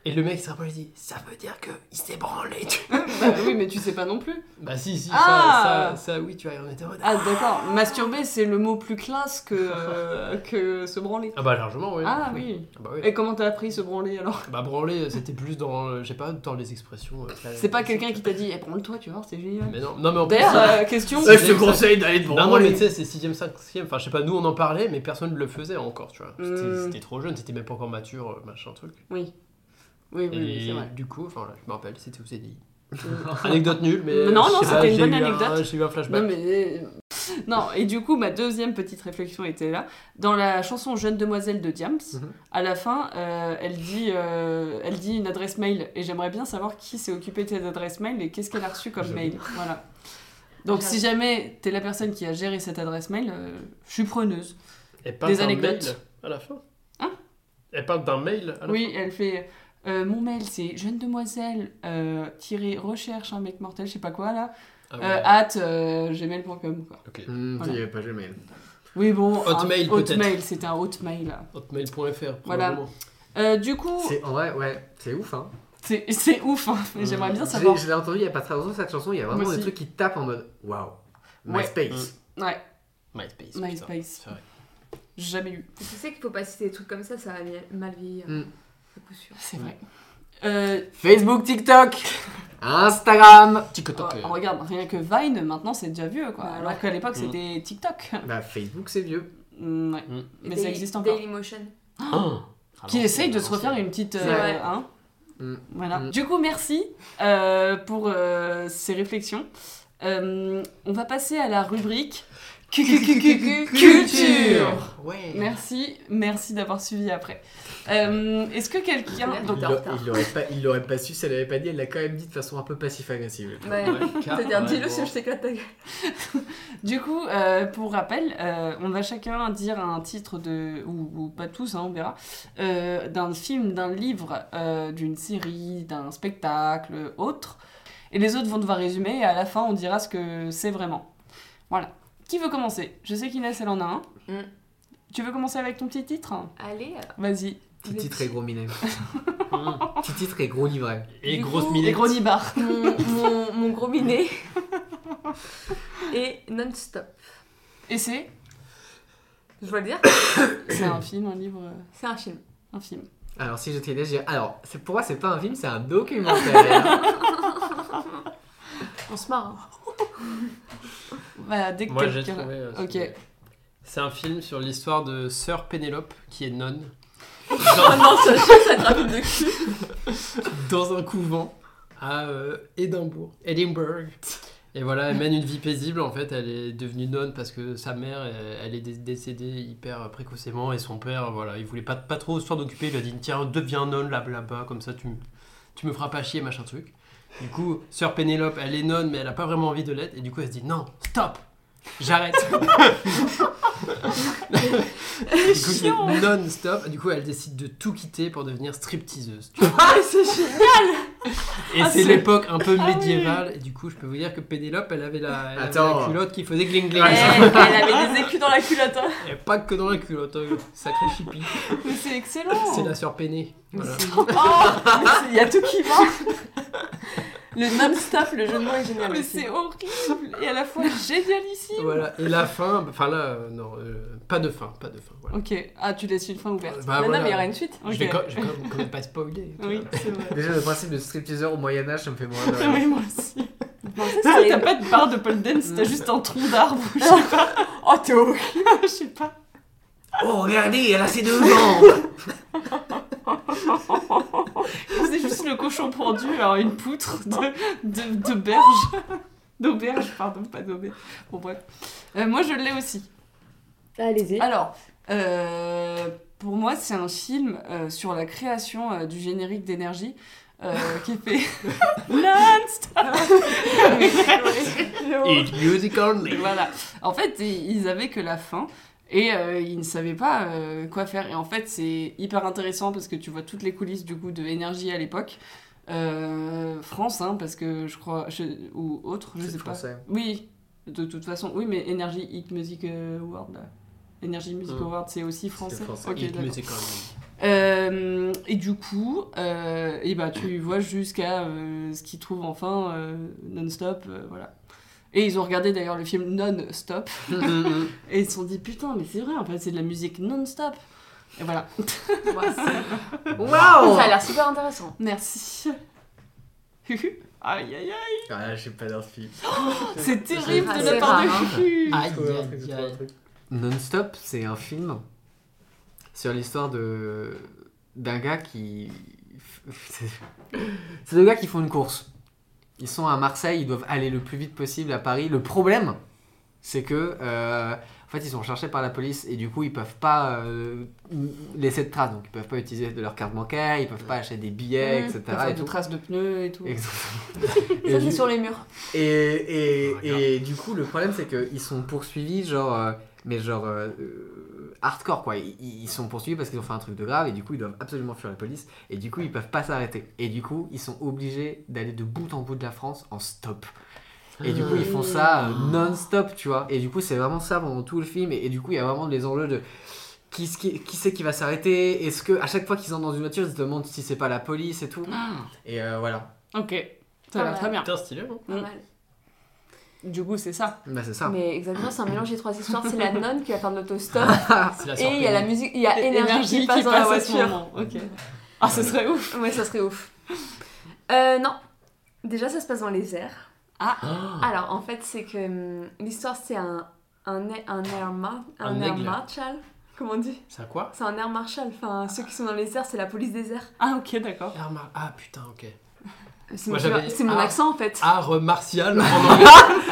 Et le mec il se rapproche et dit Ça veut dire que il s'est branlé. tu-
Bah oui, mais tu sais pas non plus.
bah si, si, ça-
Ah
ça, ça, oui, tu as en était en mode,
Ah, d'accord. Masturber, c'est le mot plus classe que, euh, que se branler.
Ah bah largement, oui.
Ah oui.
Ah bah oui.
Et comment t'as appris se branler alors
Bah branler, c'était plus dans, euh, je sais pas, dans les expressions. euh, très-
C'est pas quelqu'un qui t'a dit eh, branle-toi, tu vas voir, c'est génial.
Mais non, non mais en plus.
D'ailleurs, euh, question.
Ouais, je te
conseille d'aller te
Non, non, mais tu sais, c'est 6ème, 5ème. Enfin, je sais pas, nous on en parlait, mais personne ne le faisait encore, tu vois. C'était
Hmm.
c'était trop jeune, c'était même pas encore mature, euh, machin truc.
Oui. Oui, oui, oui, c'est
Et
vrai.
du coup, enfin, voilà, je me rappelle, c'était au CDI.
Euh,
<laughs> Anecdote nulle, mais.
Non, non,
je sais
c'était
pas,
une
j'ai
bonne
eu un-
anecdote.
J'ai eu un flashback.
Non, mais. euh, Non, et du coup, ma deuxième petite réflexion était là. Dans la chanson Jeune Demoiselle de Diams,
Mhm.
à la fin, euh, elle, dit, euh, elle dit une adresse mail. Et j'aimerais bien savoir qui s'est occupé de cette adresse mail et qu'est-ce qu'elle a reçu comme
J'avoue.
mail. Voilà. Donc, si jamais t'es la personne qui a géré cette adresse mail, euh, je suis preneuse.
Elle parle
Des
d'un
anecdotes.
mail à la fin.
Hein
Elle parle d'un mail à la
Oui, elle fait. euh, mon mail, c'est jeune demoiselle euh, tiré recherche un mec mortel, je sais pas quoi là,
fin. Ah ouais.
euh, at euh, gmail.com quoi.
Ok.
Il n'y avait Mmh, pas jamais.
Oui, bon, un
Hotmail, peut-être.
Hotmail, c'était un hotmail. là.
Hotmail.fr,
Voilà.
probablement.
Euh, du coup,
C'est en vrai, ouais, c'est ouf hein.
c'est c'est ouf, hein, mais
Mm.
j'aimerais bien
J'ai-
savoir.
Je l'ai entendu il y a pas très longtemps cette chanson, il y a vraiment
Moi
des
aussi.
trucs qui tapent en mode waouh.
Ouais. Mmh.
MySpace.
Ouais,
MySpace. putain.
MySpace,
C'est vrai.
jamais eu.
Tu sais qu'il faut pas citer des trucs comme ça, ça va mi- mal vieillir.
Mm.
à coup sûr.
C'est vrai. Euh,
Facebook, TikTok, Instagram.
TikTok.
oh, regarde, rien que Vine, maintenant c'est déjà vieux quoi.
Ouais.
Alors qu'à l'époque
euh, Mm.
c'était TikTok.
Bah Facebook c'est vieux.
<laughs> Mm, ouais.
Mm.
Mais
Daily-
ça existe encore.
Dailymotion.
Ah. Qui essaye de se refaire une petite.
C'est
euh,
vrai.
hein.
Mm.
Voilà.
Mm.
Du coup, merci euh, pour euh, ces réflexions. Euh, on va passer à la rubrique cu- cu- cu- cu- cu- culture.
Ouais.
Merci, merci d'avoir suivi après. Euh, Est-ce que quelqu'un.
Il
Donc,
l'a- il l'aurait pas, il l'aurait pas su, ça l'avait pas dit, elle l'a quand même dit de façon un peu passif-agressive.
Ouais. <laughs> C'est-à-dire, dis-le si je t'éclate ta gueule.
du coup, euh, pour rappel, euh, on va chacun dire un titre de. ou, ou pas tous, hein, on verra. euh, d'un film, d'un livre, euh, d'une série, d'un spectacle, autre. Et les autres vont devoir résumer et à la fin, on dira ce que c'est vraiment. Voilà. Qui veut commencer Je sais qu'Inès, elle en a un.
Mm.
Tu veux commencer avec ton petit titre
Allez, euh,
Vas-y.
Petit titre et gros minet. Petit titre et gros livret.
Et
Du
grosse
coup,
Les
minette.
gros nibards.
mon, mon, mon gros minet. <laughs> Et non-stop.
Et c'est
Je dois le dire,
C'est un film, un livre, euh,
c'est un film.
un film.
Alors si j'étais là, je dirais, alors c'est- pour moi c'est pas un film, c'est un documentaire.
On se marre. hein.
Voilà, Bah, dès que
Moi, j'ai
quelqu'un-
trouvé. euh,
Ok.
c'est- C'est un film sur l'histoire de Sœur Pénélope, qui est
<laughs>
nonne,
Oh non, ça, ça te raconte de cul.
<laughs> dans un couvent à euh, Édimbourg. Edinburgh. Et voilà, elle mène une vie paisible. En fait, elle est devenue nonne parce que sa mère, euh, elle, elle est dé- décédée hyper précocement. Et son père, voilà, il voulait pas, pas trop s'en occuper. Il lui a dit Tiens, deviens nonne là- là-bas, comme ça tu, me- tu me feras pas chier, machin truc. Du coup, sœur Pénélope, elle est nonne, mais elle a pas vraiment envie de l'être. Et du coup, elle se dit Non, stop J'arrête <laughs> Du coup, c'est non-stop. Du coup, elle décide de tout quitter pour devenir stripteaseuse. tu vois. Et
Ah,
c'est
c'est-
l'époque un peu
Ah oui.
médiévale. Et du coup, je peux vous dire que Pénélope, elle avait la, elle avait
Attends.
la culotte qui faisait gling gling.
Eh, elle avait des écus dans la culotte. hein.
<laughs> Et pas que dans la culotte, hein. sacré chippie.
Mais <laughs> c'est excellent
C'est la sœur Péné. Voilà.
Oh Mais c'est- Il y a tout qui va
Le non-stop, le jeu de mots est génial.
Ah, Mais
aussi.
c'est horrible Et à la <laughs> fois génialissime
Voilà. Et la fin, enfin là, euh, non, euh, pas de fin, pas de fin. voilà.
Ok, ah tu laisses une fin ouverte.
Bah, voilà.
non, non, mais il y aura une suite.
Ok.
Je vais quand, je vais quand- quand même pas spoiler. tu
Oui,
vois.
c'est <laughs> vrai.
<laughs> Déjà le principe de stripteaser au Moyen-Âge ça me fait moins
<laughs> Ah oui,
de...
moi <laughs> aussi.
Ça,
Ça,
c'est-
Ah, t'as pas de barre de pole dance, t'as juste un tronc d'arbre, je sais <laughs> pas. Oh, t'es horrible, je sais pas.
Oh regardez, elle a ses deux jambes
<laughs> C'est juste le cochon pendu à une poutre de, de, de berge. D'auberge, pardon, pas d'auberge. Bon, bref. Euh, moi, je l'ai aussi.
Ah, Allez-y.
Alors, euh, pour moi, c'est un film euh, sur la création euh, du générique d'énergie euh, <laughs> qui est fait non-stop.
It's
<laughs>
music only.
voilà. En fait, i- ils avaient que la fin. Et euh, ils ne savaient pas euh, quoi faire. Et en fait, c'est hyper intéressant parce que tu vois toutes les coulisses du coup de énergie à l'époque. Euh, France, hein, parce que je crois. je- ou autre, je
C'est
sais pas. <laughs>
français.
Oui, de toute façon, oui, mais Energy Hit Music Award, là. Energy Music
Hmm.
Award, c'est aussi français.
Hum. français.
Ok,
It's
d'accord.
music only.
Euh, et du coup, euh, et bah, tu vois jusqu'à euh, ce qu'ils trouvent enfin euh, non-stop. euh, voilà. Et ils ont regardé d'ailleurs le film non-stop. et ils se sont dit putain, mais c'est vrai, en fait, c'est de la musique non-stop. Et voilà.
Waouh
Ça a l'air super intéressant.
Merci. <laughs> aïe aïe aïe.
Ah, j'ai pas d'inspi.
C'est terrible
Ah,
de
c'est
la part
rare, hein.
de Fufu.
Aïe,
Trouver un
aïe,
truc, trouver un
aïe.
truc. Non-stop, c'est un film sur l'histoire de d'un gars qui. <laughs> c'est deux gars qui font une course. Ils sont à Marseille, ils doivent aller le plus vite possible à Paris. Le problème, c'est que euh, en fait, ils sont recherchés par la police et du coup, ils peuvent pas euh, laisser de traces. Donc, ils peuvent pas utiliser de leur carte bancaire, ils peuvent pas acheter des billets, etc.
Pour faire
et
des
tout.
traces de pneus et tout.
Exactement. Et
Ça,
du-
c'est sur les murs.
et, et,
Ah, Regarde.
et du coup, le problème, c'est qu'ils sont poursuivis, genre, euh, mais genre euh, euh, hardcore quoi. Ils, ils sont poursuivis parce qu'ils ont fait un truc de grave et du coup, ils doivent absolument fuir la police et du coup, ils peuvent pas s'arrêter. Et du coup, ils sont obligés d'aller de bout en bout de la France en stop. Et du coup, ils font
Ah.
ça euh, non-stop, tu vois. Et du coup, c'est vraiment ça pendant tout le film. Et, et du coup, il y a vraiment les enjeux de qui, ce qui, qui c'est qui va s'arrêter. Est-ce que, à chaque fois qu'ils entrent dans une voiture, ils se demandent si c'est pas la police et tout.
Ah.
Et euh, voilà.
Ok. Ça a
Ah,
l'air très bien.
Putain, stylé, hein.
Pas
Mm.
mal.
Du coup, c'est ça.
Bah, c'est ça.
Mais exactement, c'est un mélange des trois histoires. C'est la nonne qui va faire de l'autostop
C'est la
et il y a la musique, il y a énergie,
Énergie
qui passe dans la
à ce
voiture.
moment. Ok. Ah, ce serait ouf.
Ouais, ça serait ouf. Euh, non. Déjà, ça se passe dans les airs.
Ah,
Alors, en fait, c'est que hum, l'histoire, c'est un, un, ai- un air, mar- un
Un
air
aigle.
marshal. Comment on dit
C'est à quoi
C'est un air marshal. Enfin, ceux qui sont dans les airs, c'est la police des airs.
Ah, ok,
<laughs>
d'accord.
Arma- Ah putain, ok.
C'est
Moi,
mon,
j'avais-
c'est mon
Ah.
accent, en fait.
Art martial en anglais.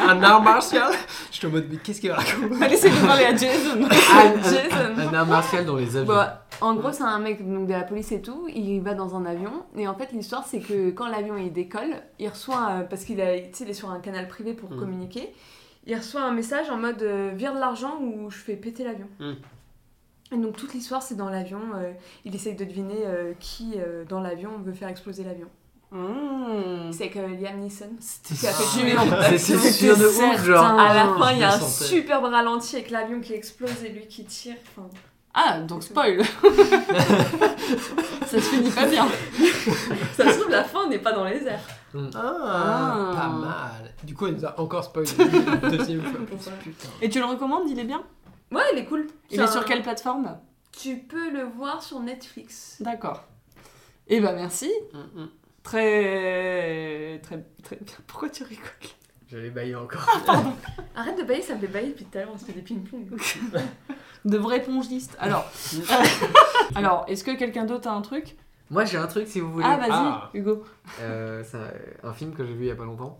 Un art martial Je suis en mode, mais qu'est-ce qu'il raconte
<laughs>
Laissez-nous parler
<laughs>
à Jason.
Ah,
Un-
Jason.
Un un art martial dans les avions.
Bah, en gros, c'est un mec donc, de la police et tout. Il va dans un avion. Et en fait, l'histoire, c'est que quand l'avion il décolle, il reçoit, euh, parce qu'il a- tu sais, il est sur un canal privé pour
Mm.
communiquer, il reçoit un message en mode euh, vire de l'argent ou je fais péter l'avion.
Mm.
Et donc, toute l'histoire, c'est dans l'avion. euh, il essaye de deviner euh, qui, euh, dans l'avion, veut faire exploser l'avion.
Mmh.
C'est avec euh, Liam Neeson.
C'était
qui a fait
sûr.
tuer, en fait.
Ah. C'est
C'était
sûr de ouf, genre.
certain.
Mmh.
À la
Ah,
fin,
je
il y a
le
un
sentais.
superbe ralenti avec l'avion qui explose et lui qui tire. Enfin, <laughs>
Ah, donc spoil. ça se finit pas bien.
ça se trouve, la fin n'est pas dans les airs.
Ah,
Ah.
pas mal. Du coup, elle nous a encore spoilé. Deuxième fois.
Ouais.
Putain.
<laughs> Et tu le recommandes Il est bien
Ouais, il est cool.
Il
C'est
est
un-
sur quelle plateforme
Tu peux le voir sur Netflix.
D'accord. Eh ben merci. Très. Très. Très bien. Pourquoi tu rigoles
J'allais bailler encore. <laughs>
Arrête de bailler, ça me fait bailler depuis tout à l'heure, on se fait des ping-pong.
De vrais pongistes. <laughs> Alors. Alors, est-ce que quelqu'un d'autre a un truc
Moi j'ai un truc si vous voulez.
Ah, vas-y,
Ah.
Hugo.
Euh, c'est un, un film que j'ai vu il y a pas longtemps,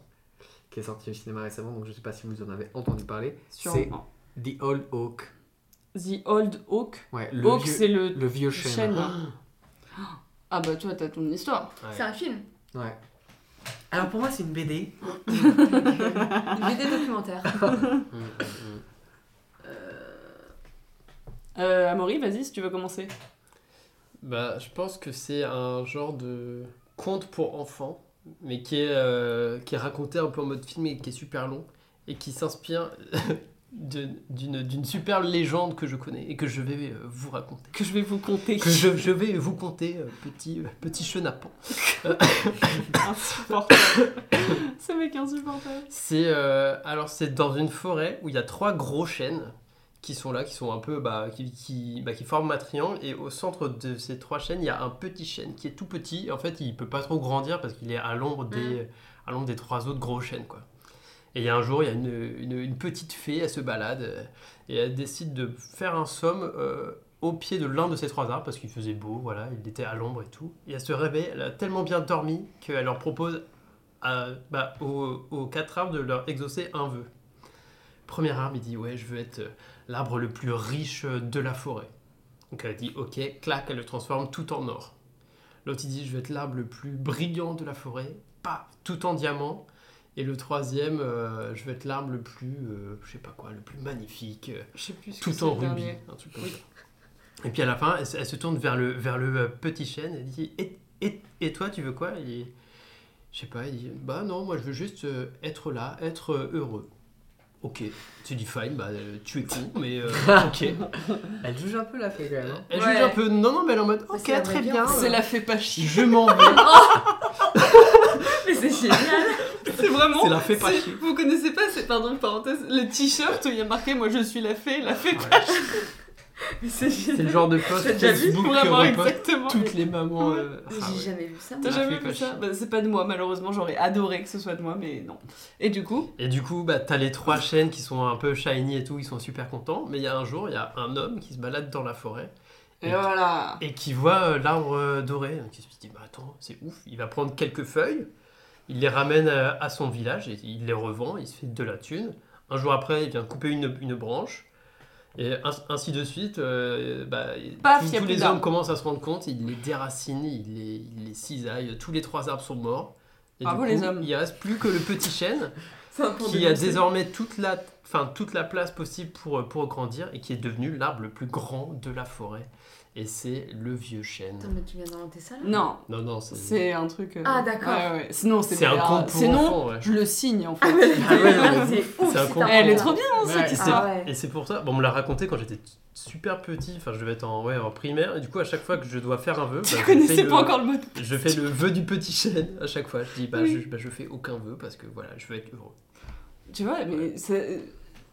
qui est sorti au cinéma récemment, donc je sais pas si vous en avez entendu parler.
Sur
C'est The Old Oak.
The Old Hawk.
Ouais, le
Hawk,
vieux,
c'est le.
le vieux chêne.
Chêne. Ah bah toi, t'as ton histoire.
C'est un film,
Ouais. Alors pour moi c'est une BD.
Ah.
une BD documentaire.
Euh, Amaury, vas-y si tu veux commencer.
Bah, je pense que c'est un genre de conte pour enfants, mais qui est, euh, qui est raconté un peu en mode film et qui est super long, et qui s'inspire <laughs> de- d'une d'une superbe légende que je connais et que je vais euh, vous raconter.
Que je vais vous compter.
Que je, je vais vous conter, euh, petit, euh, petit chenapan.
<laughs> Insupportable. Ce mec insupportable.
C'est euh, alors c'est dans une forêt où il y a trois gros chênes qui sont là, qui sont un peu bah, qui, qui, bah, qui forment un triangle et au centre de ces trois chênes il y a un petit chêne qui est tout petit. En fait il peut pas trop grandir parce qu'il est à l'ombre des à l'ombre des trois autres gros chênes quoi. Et il y a un jour il y a une, une- une petite fée elle se balade euh, et elle décide de faire un somme euh, au pied de l'un de ces trois arbres parce qu'il faisait beau voilà il était à l'ombre et tout. Et elle se réveille elle a tellement bien dormi qu'elle leur propose à- bah, aux, aux quatre arbres de leur exaucer un vœu. Premier arbre, il dit Ouais, je veux être euh, l'arbre le plus riche euh, de la forêt. Donc elle dit Ok, clac, elle le transforme tout en or. L'autre, il dit Je veux être l'arbre le plus brillant de la forêt, pas tout en diamant. Et le troisième, euh, je veux être l'arbre le plus, euh, je sais pas quoi, le plus magnifique, euh,
Je sais plus ce que
tout
c'est
en
le
rubis.
dernier.
un truc comme ça. Et puis à la fin, elle, se- elle se tourne vers le, vers le euh, petit chêne et dit Et, et- et toi, tu veux quoi Il dit, Je sais pas, il dit Bah non, moi je veux juste euh, être là, être euh, heureux. Ok, tu dis fine, bah euh, tu es con,
<laughs>
mais euh, ok.
Elle juge un peu la fée quand même. hein.
Elle
Ouais.
juge un peu, non, non, mais elle est en mode,
Mais
ok,
c'est la
très
vraie
bien.
hein. violence.
<laughs>
euh,
C'est la fait pas chier.
Je m'en vais.
<laughs>
Mais c'est génial
C'est vraiment.
C'est la fée pas
c'est-
chier.
Vous connaissez pas, c'est pardon parenthèse, le t-shirt où il y a marqué moi je suis la fée, la fée pas chier.
Mais c'est
C'est le
génial
genre de post
T'as déjà vu
Facebook que
vraiment
repostent
exactement.
toutes les mamans.
Ouais.
euh,
Mais
ah
J'ai
ouais.
jamais vu ça.
T'as
moi.
La
jamais
fée
vu
pas
ça
chier.
Bah, C'est pas de moi malheureusement, j'aurais adoré que ce soit de moi, mais non. Et du coup,
Et du coup, bah, t'as les trois chaînes qui sont un peu shiny et tout, ils sont super contents. Mais il y a un jour, il y a un homme qui se balade dans la forêt
et
Et-
voilà.
et qui voit euh, l'arbre euh, doré. Donc il se dit, bah attends, c'est ouf. Il va prendre quelques feuilles, il les ramène euh, à son village, et il les revend, il se fait de la thune. Un jour après, il vient couper une, une branche. Et ainsi- ainsi de suite, euh, bah,
Paf,
tous,
il y a
tous
plus
les
d'arbres.
hommes commencent à se rendre compte, il les déracine, il les, il les cisaille, tous les trois arbres sont morts. Et
Bravo,
du
les
coup,
hommes.
Il reste plus que le petit chêne
C'est un temps
qui
de
a
danser.
désormais toute la, enfin, toute la place possible pour, euh, pour grandir et qui est devenu l'arbre le plus grand de la forêt. Et c'est le vieux chêne.
Attends, mais tu viens d'inventer ça là
Non,
Non, non, c'est
c'est un truc. euh,
Ah, d'accord.
ouais, ouais, ouais. Sinon, c'est
c'est un
pas-
conte pour
Sinon,
enfants, ouais.
je le
<laughs>
signe en
Ah,
fait.
mais
Ah ouais, non, mais
c'est ouf,
c'est un
c'est
con.
un
Elle est
con.
trop bien hein, cette
Ouais.
Et c'est-
histoire.
ouais.
Et c'est pour ça, bon, on me l'a raconté quand j'étais super petit, enfin je devais être en, ouais, en primaire, et du coup à chaque fois que je dois faire un vœu, bah,
Tu
je fais
connaissais
le-
pas encore le mot. de-
Je fais le vœu du petit chêne à chaque fois, je dis bah,
Oui.
je, bah, je fais aucun vœu parce que voilà, je veux être heureux.
Tu vois, mais c'est-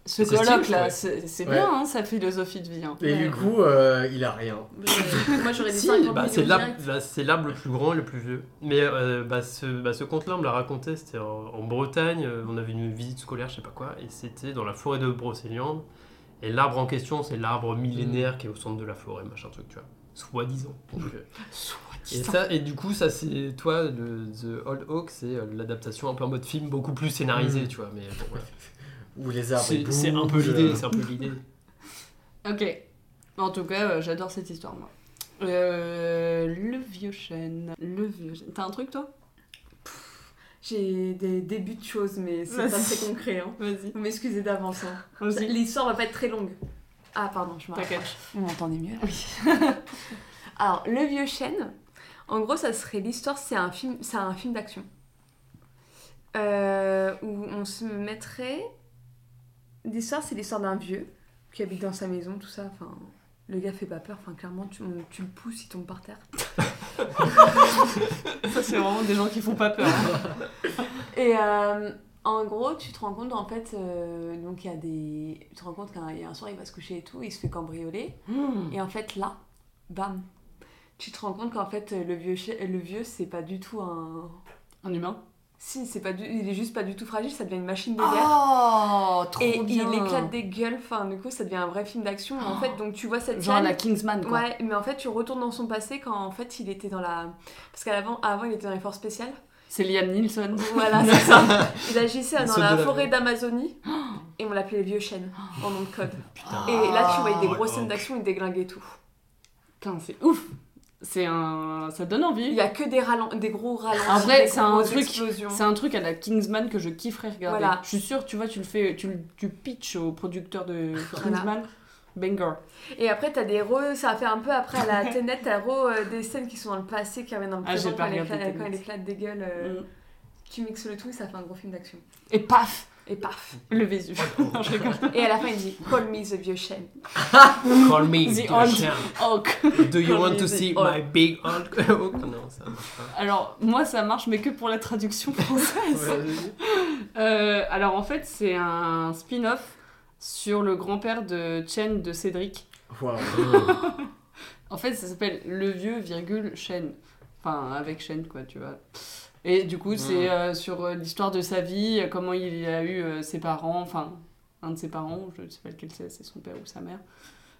ce
C'est
colloque
stylé,
là,
ouais.
c'est c'est
Ouais.
bien hein, sa philosophie de vie. hein.
Et
Ouais.
du coup, euh, il a rien.
Je- Moi j'aurais dit
Si,
50
bah,
millions
c'est l'arbre
direct.
bah, c'est l'arbre le plus grand et le plus vieux. Mais euh, bah, ce, bah, ce conte-là, on me l'a raconté, c'était en, en Bretagne, euh, on avait une visite scolaire, je sais pas quoi, et c'était dans la forêt de Brocéliande. Et l'arbre en question, c'est l'arbre
Mm.
millénaire qui est au centre de la forêt, machin truc, tu vois. Soi-disant. Donc, euh, et,
Soi-disant.
ça, et du coup, ça c'est toi, le, The Old Hawk, c'est euh, l'adaptation un peu en mode film, beaucoup plus scénarisé,
Mm.
tu vois. Mais bon, voilà.
Ou les arbres.
<laughs> c'est
ils
c'est un peu
bougent,
l'idée,
euh.
c'est un peu
<laughs>
l'idée.
Ok. En tout cas, euh, j'adore cette histoire, moi. Euh, le vieux chêne. Le vieux chêne. T'as un truc, toi
J'ai des débuts de choses, mais c'est
Vas-y.
pas très concret. Hein.
Vas-y.
Vous m'excusez d'avance. Hein.
Vas-y.
L'histoire va pas être très longue. Ah, pardon, je m'arrête.
T'inquiète. Vous m'entendez mieux Oui.
Alors, Le Vieux Chêne, en gros, ça serait l'histoire, c'est un film, c'est un film d'action. Euh, où on se mettrait. L'histoire, c'est l'histoire d'un vieux qui habite dans sa maison, tout ça. Enfin, le gars fait pas peur, enfin, clairement, tu, on- tu le pousses, il tombe par terre.
Ça, c'est vraiment des gens qui font pas peur. hein.
Et euh, en gros, tu te rends compte, en fait, euh, donc il y a des. Tu te rends compte qu'un il y a un soir, il va se coucher et tout, il se fait cambrioler.
Hmm.
Et en fait, là, bam, tu te rends compte qu'en fait, le vieux, chê- le vieux, c'est pas du tout un.
Un humain.
Si, c'est pas du... il est juste pas du tout fragile, ça devient une machine de guerre.
Oh, trop
et
bien.
il éclate des gueules, enfin, du coup, ça devient un vrai film d'action. Et En fait, donc tu vois cette
Genre
scène.
la Kingsman, quoi.
Ouais, mais en fait, tu retournes dans son passé quand en fait il était dans la. Parce qu'avant, avant, il était dans les
<laughs>
forces spéciales.
C'est Liam Neeson.
Voilà, c'est ça. Il agissait
Le
dans
soldat
la
de la
forêt d'Amazonie et on l'appelait le vieux chêne en nom de code.
Putain.
Et là, tu voyais des
Oh,
grosses
oh.
scènes d'action, il déglinguait tout.
Ah. Putain, c'est ouf. C'est un. Ça donne
Il
envie.
y a que des, ralen- des gros ralentis.
En vrai,
des
c'est un
grosses
truc-
explosions.
C'est un truc à la Kingsman que je kifferais regarder.
Voilà.
Je suis sûre, tu vois, tu le fais, tu, le- tu pitches au producteur de
Voilà.
Kingsman. Banger.
Et après, t'as des re... Ça fait un peu après
<laughs>
à la Tenet, t'as re... euh, des scènes qui sont dans le passé, qui reviennent dans le
Ah,
présent
j'ai pas
quand, elle
regardé
éclate,
Tenet.
quand elle éclate des gueules. euh,
Mm.
Tu mixes le tout et ça fait un gros film d'action.
Et paf,
Et paf.
le Vésu. <laughs> Non, je rigole.
<laughs> Et à la fin, il dit Call me the vieux chêne.
<laughs>
Call me,
The
dear
old- <laughs>
chien.
Oh,
Do you
Call
want
me
to
the
see
old-
my big old <laughs> Oh, Non, ça marche pas.
Alors, moi, ça marche, mais que pour la traduction française.
Ouais, vas-y.
Euh, alors, en fait, c'est un spin-off sur le grand-père de Chen de Cédric.
Waouh. <laughs>
En fait, ça s'appelle Le Vieux, virgule, Chen. Enfin, avec Chen, quoi, tu vois. Et du coup, c'est euh, sur euh, l'histoire de sa vie, euh, comment il a eu euh, ses parents, enfin, un de ses parents, je ne sais pas lequel c'est, c'est son père ou sa mère.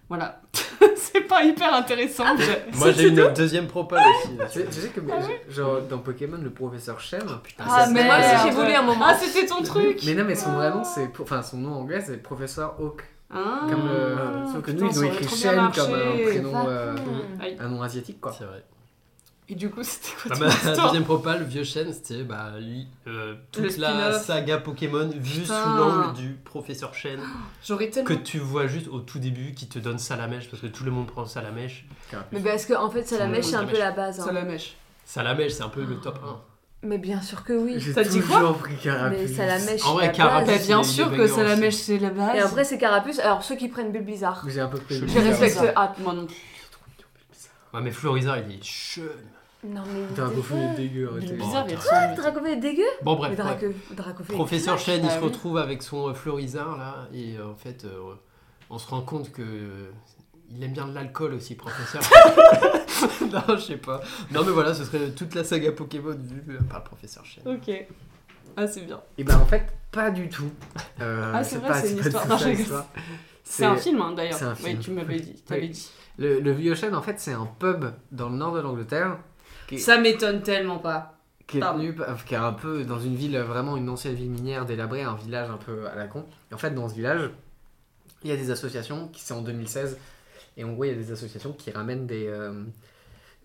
Voilà. <laughs> c'est pas hyper intéressant. mais-
Moi j'ai une deuxième propale aussi.
Tu sais- tu sais que mais, genre, dans Pokémon, le professeur Shem.
Putain,
Ah,
ça
mais
s'appelle-
moi aussi,
j'ai
j'ai
voulu un moment.
Ah, c'était ton truc
Mais non, mais son
Ah.
vrai nom, c'est. Enfin, son nom anglais, c'est professeur Hawk.
Ah.
Comme le- sauf que
Putain,
nous, ils
ça
ont
aurait
écrit
trop bien
Shen
marché.
comme un prénom, euh,
Mm.
Hmm.
Aïe.
un nom asiatique, quoi.
C'est vrai.
Et du coup, c'était quoi
Ah,
ton
bah, la
histoire
deuxième propale, le vieux chêne, c'était bah, li- euh,
Le
toute la
spin-off.
saga Pokémon vue
Putain.
sous l'angle du professeur chêne
J'aurais tellement.
que tu vois juste au tout début qui te donne Salamèche parce que tout le monde prend Salamèche.
Mais parce que, en fait, ça la mèche, c'est un peu la base. hein.
Ça la mèche.
Salamèche, c'est un peu le top 1.
Mais bien sûr que oui.
J'ai
T'as dit
toujours pris Carapuce.
Mais ça la mèche.
En vrai,
la
Ah,
Carapace,
Bah,
base.
bien
c'est
sûr
des
que
bangers
c'est la
aussi.
mèche, c'est la base.
Et après, c'est Carapuce. Alors, ceux qui prennent Bulbizarre,
J'ai un peu pris
Je
le
je
Bulbizarre.
respecte hâte.
Moi non plus.
Ouais, mais Florizard, il est chum.
Non, mais.
Putain, Gofu, il est dégueu.
Mais
arrêtez.
Bon,
bizarre, il
attends.
ressemble.
Dracofeu est dégueu
Bon,
Mais
bref. ouais.
Draco- Dracofeu est
Professeur Chen, il
Bah
se
oui.
retrouve avec son euh, Florizard, là, et euh, en fait, euh, on se rend compte que. euh, il aime bien de l'alcool aussi, professeur. non, je sais pas. Non, mais voilà, ce serait toute la saga Pokémon vue euh, par le professeur Chen.
Ok. Ah, c'est bien.
Et bah en fait, pas du tout. Euh,
Ah, c'est vrai,
pas-
c'est une
pas du
histoire.
tout
Non,
ça,
je rigole.
l'histoire.
C'est un film, hein, d'ailleurs.
c'est un
Oui,
film.
tu m'avais dit. T'avais dit.
Le, le vieux chêne, en fait, c'est un pub dans le nord de l'Angleterre Et-
Ça m'étonne tellement pas.
qui est
Pardon.
tenu, par- qui est un peu dans une ville, vraiment une ancienne ville minière délabrée, un village un peu à la con. Et en fait, dans ce village, il y a des associations qui, c'est en 2016, et en gros, il y a des associations qui ramènent des, euh,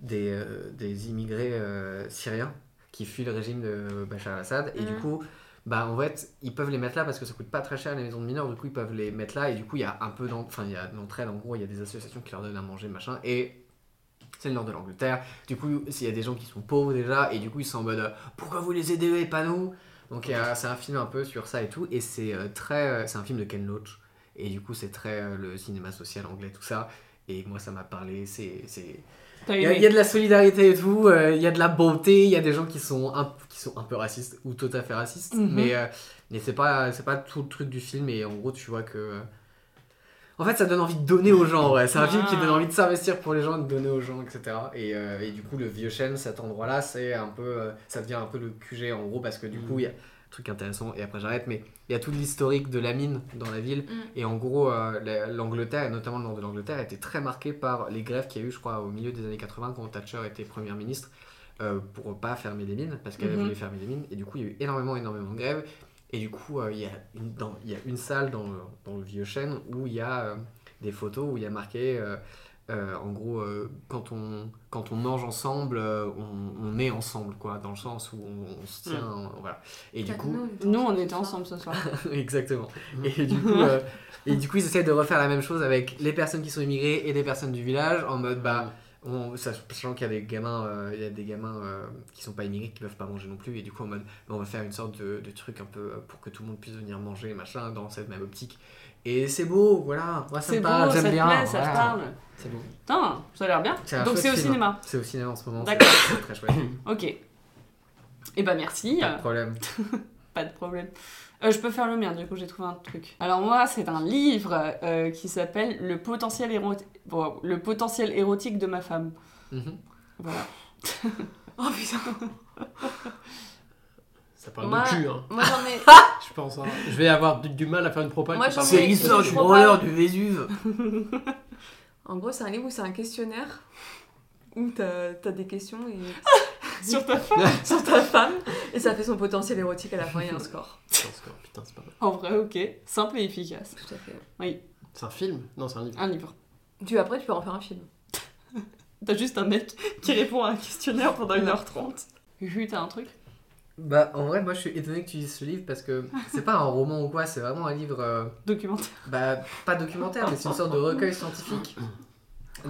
des, euh, des immigrés euh, syriens qui fuient le régime de Bachar al-Assad. Et du
Mhm.
coup, bah, en fait, ils peuvent les mettre là parce que ça coûte pas très cher les maisons de mineurs. Du coup, ils peuvent les mettre là. Et du coup, il y a un peu d'en- enfin, il y a d'entraide. En gros, il y a des associations qui leur donnent à manger, machin. Et c'est le nord de l'Angleterre. Du coup, s'il y a des gens qui sont pauvres déjà, et du coup, ils sont en mode euh, pourquoi vous les aidez eux et pas nous Donc, il y a- c'est un film un peu sur ça et tout. Et c'est euh, très. euh, c'est un film de Ken Loach. Et du coup, c'est très euh, le cinéma social anglais, tout ça. Et moi, ça m'a parlé. C'est. c'est-
T'as
il y, a- il y a de la solidarité et tout, euh, il y a de la bonté, il y a des gens qui sont un, qui sont un peu racistes ou tout à fait racistes,
Mhm.
mais, euh, mais c'est pas, c'est pas tout le truc du film et en gros tu vois que... euh, En fait ça donne envie de donner aux gens, ouais. c'est un film qui
Ah.
donne envie de s'investir pour les gens, de donner aux gens, etc. Et, euh, et du coup le vieux chêne, cet endroit-là, c'est un peu... euh, ça devient un peu le QG en gros parce que du
Mhm.
coup il y a un truc intéressant et après j'arrête, mais il y a tout l'historique de la mine dans la ville.
Mm.
Et en gros, euh, la- l'Angleterre, et notamment le nord de l'Angleterre, était très marquée par les grèves qu'il y a eu, je crois, au milieu des années 80, quand Thatcher était première ministre, euh, pour pas fermer les mines, parce qu'elle
Mhm.
voulait fermer les mines. Et du coup, il y a eu énormément, énormément de grèves. Et du coup, euh, il y, a une- dans- il y a une salle dans, le- dans le vieux chêne où il y a euh, des photos où il y a marqué, euh, euh, en gros, euh, quand, on, quand on mange ensemble, euh, on, on est ensemble, quoi, dans le sens où on, on se tient. Voilà. Et du
Putain,
coup.
on était
Nous, on
ensemble
était
ce soir.
ensemble ce soir.
<laughs> Exactement. Et du <laughs> coup, euh, et du coup, ils essaient de refaire la même chose avec les personnes qui sont immigrées et des personnes du village en mode bah, on, sachant qu'il y a des gamins, euh, il y a des gamins euh, qui sont pas immigrés qui peuvent pas manger non plus et du coup en mode bah, on va faire une sorte de, de truc un peu euh, pour que tout le monde puisse venir manger machin dans cette même optique. Et c'est beau, voilà. Moi ça
C'est
me
beau,
parle,
ça
j'aime
te
bien.
plaît, ça te
voilà.
parle.
C'est beau.
Putain, ça a l'air bien.
un
Donc
chouette
c'est au
film.
cinéma.
C'est au cinéma en ce moment.
D'accord.
c'est- C'est très chouette. <laughs>
Ok. Eh ben merci.
Pas de problème.
Pas de problème. Euh, je peux faire le mien, du coup j'ai trouvé un truc. Alors moi, c'est un livre euh, qui s'appelle le potentiel, éro- bon, le potentiel érotique de ma femme.
Mhm.
Voilà. <laughs>
Oh putain.
Ça parle
Moi-
de cul, hein.
<laughs> Moi j'en ai. <laughs>
Je pense. hein. Je vais avoir du, du mal à faire une propale.
Moi,
qui
j'en
parle de
ai-
C'est
cul.
l'histoire du
comprends
branleur
pas.
du Vésuve.
En gros, c'est un livre où c'est un questionnaire <laughs> où t'as t'as des questions et... <laughs>
Sur ta femme
sur ta femme et ça fait son potentiel érotique à la fin. Il y a un score.
Putain, c'est quoi Putain, c'est pas mal.
En vrai, ok. Simple et efficace.
<laughs> Tout à fait.
C'est un film Non, c'est un livre.
Un livre.
Tu après, tu peux en faire un film.
T'as juste un mec <laughs> qui répond à un questionnaire pendant 1h30. Juju, t'as un truc
Bah, en vrai, moi je suis étonné que tu lises ce livre parce que <laughs> c'est pas un roman ou quoi, c'est vraiment un livre, euh,
Documentaire.
bah, pas documentaire, mais c'est une sorte de recueil scientifique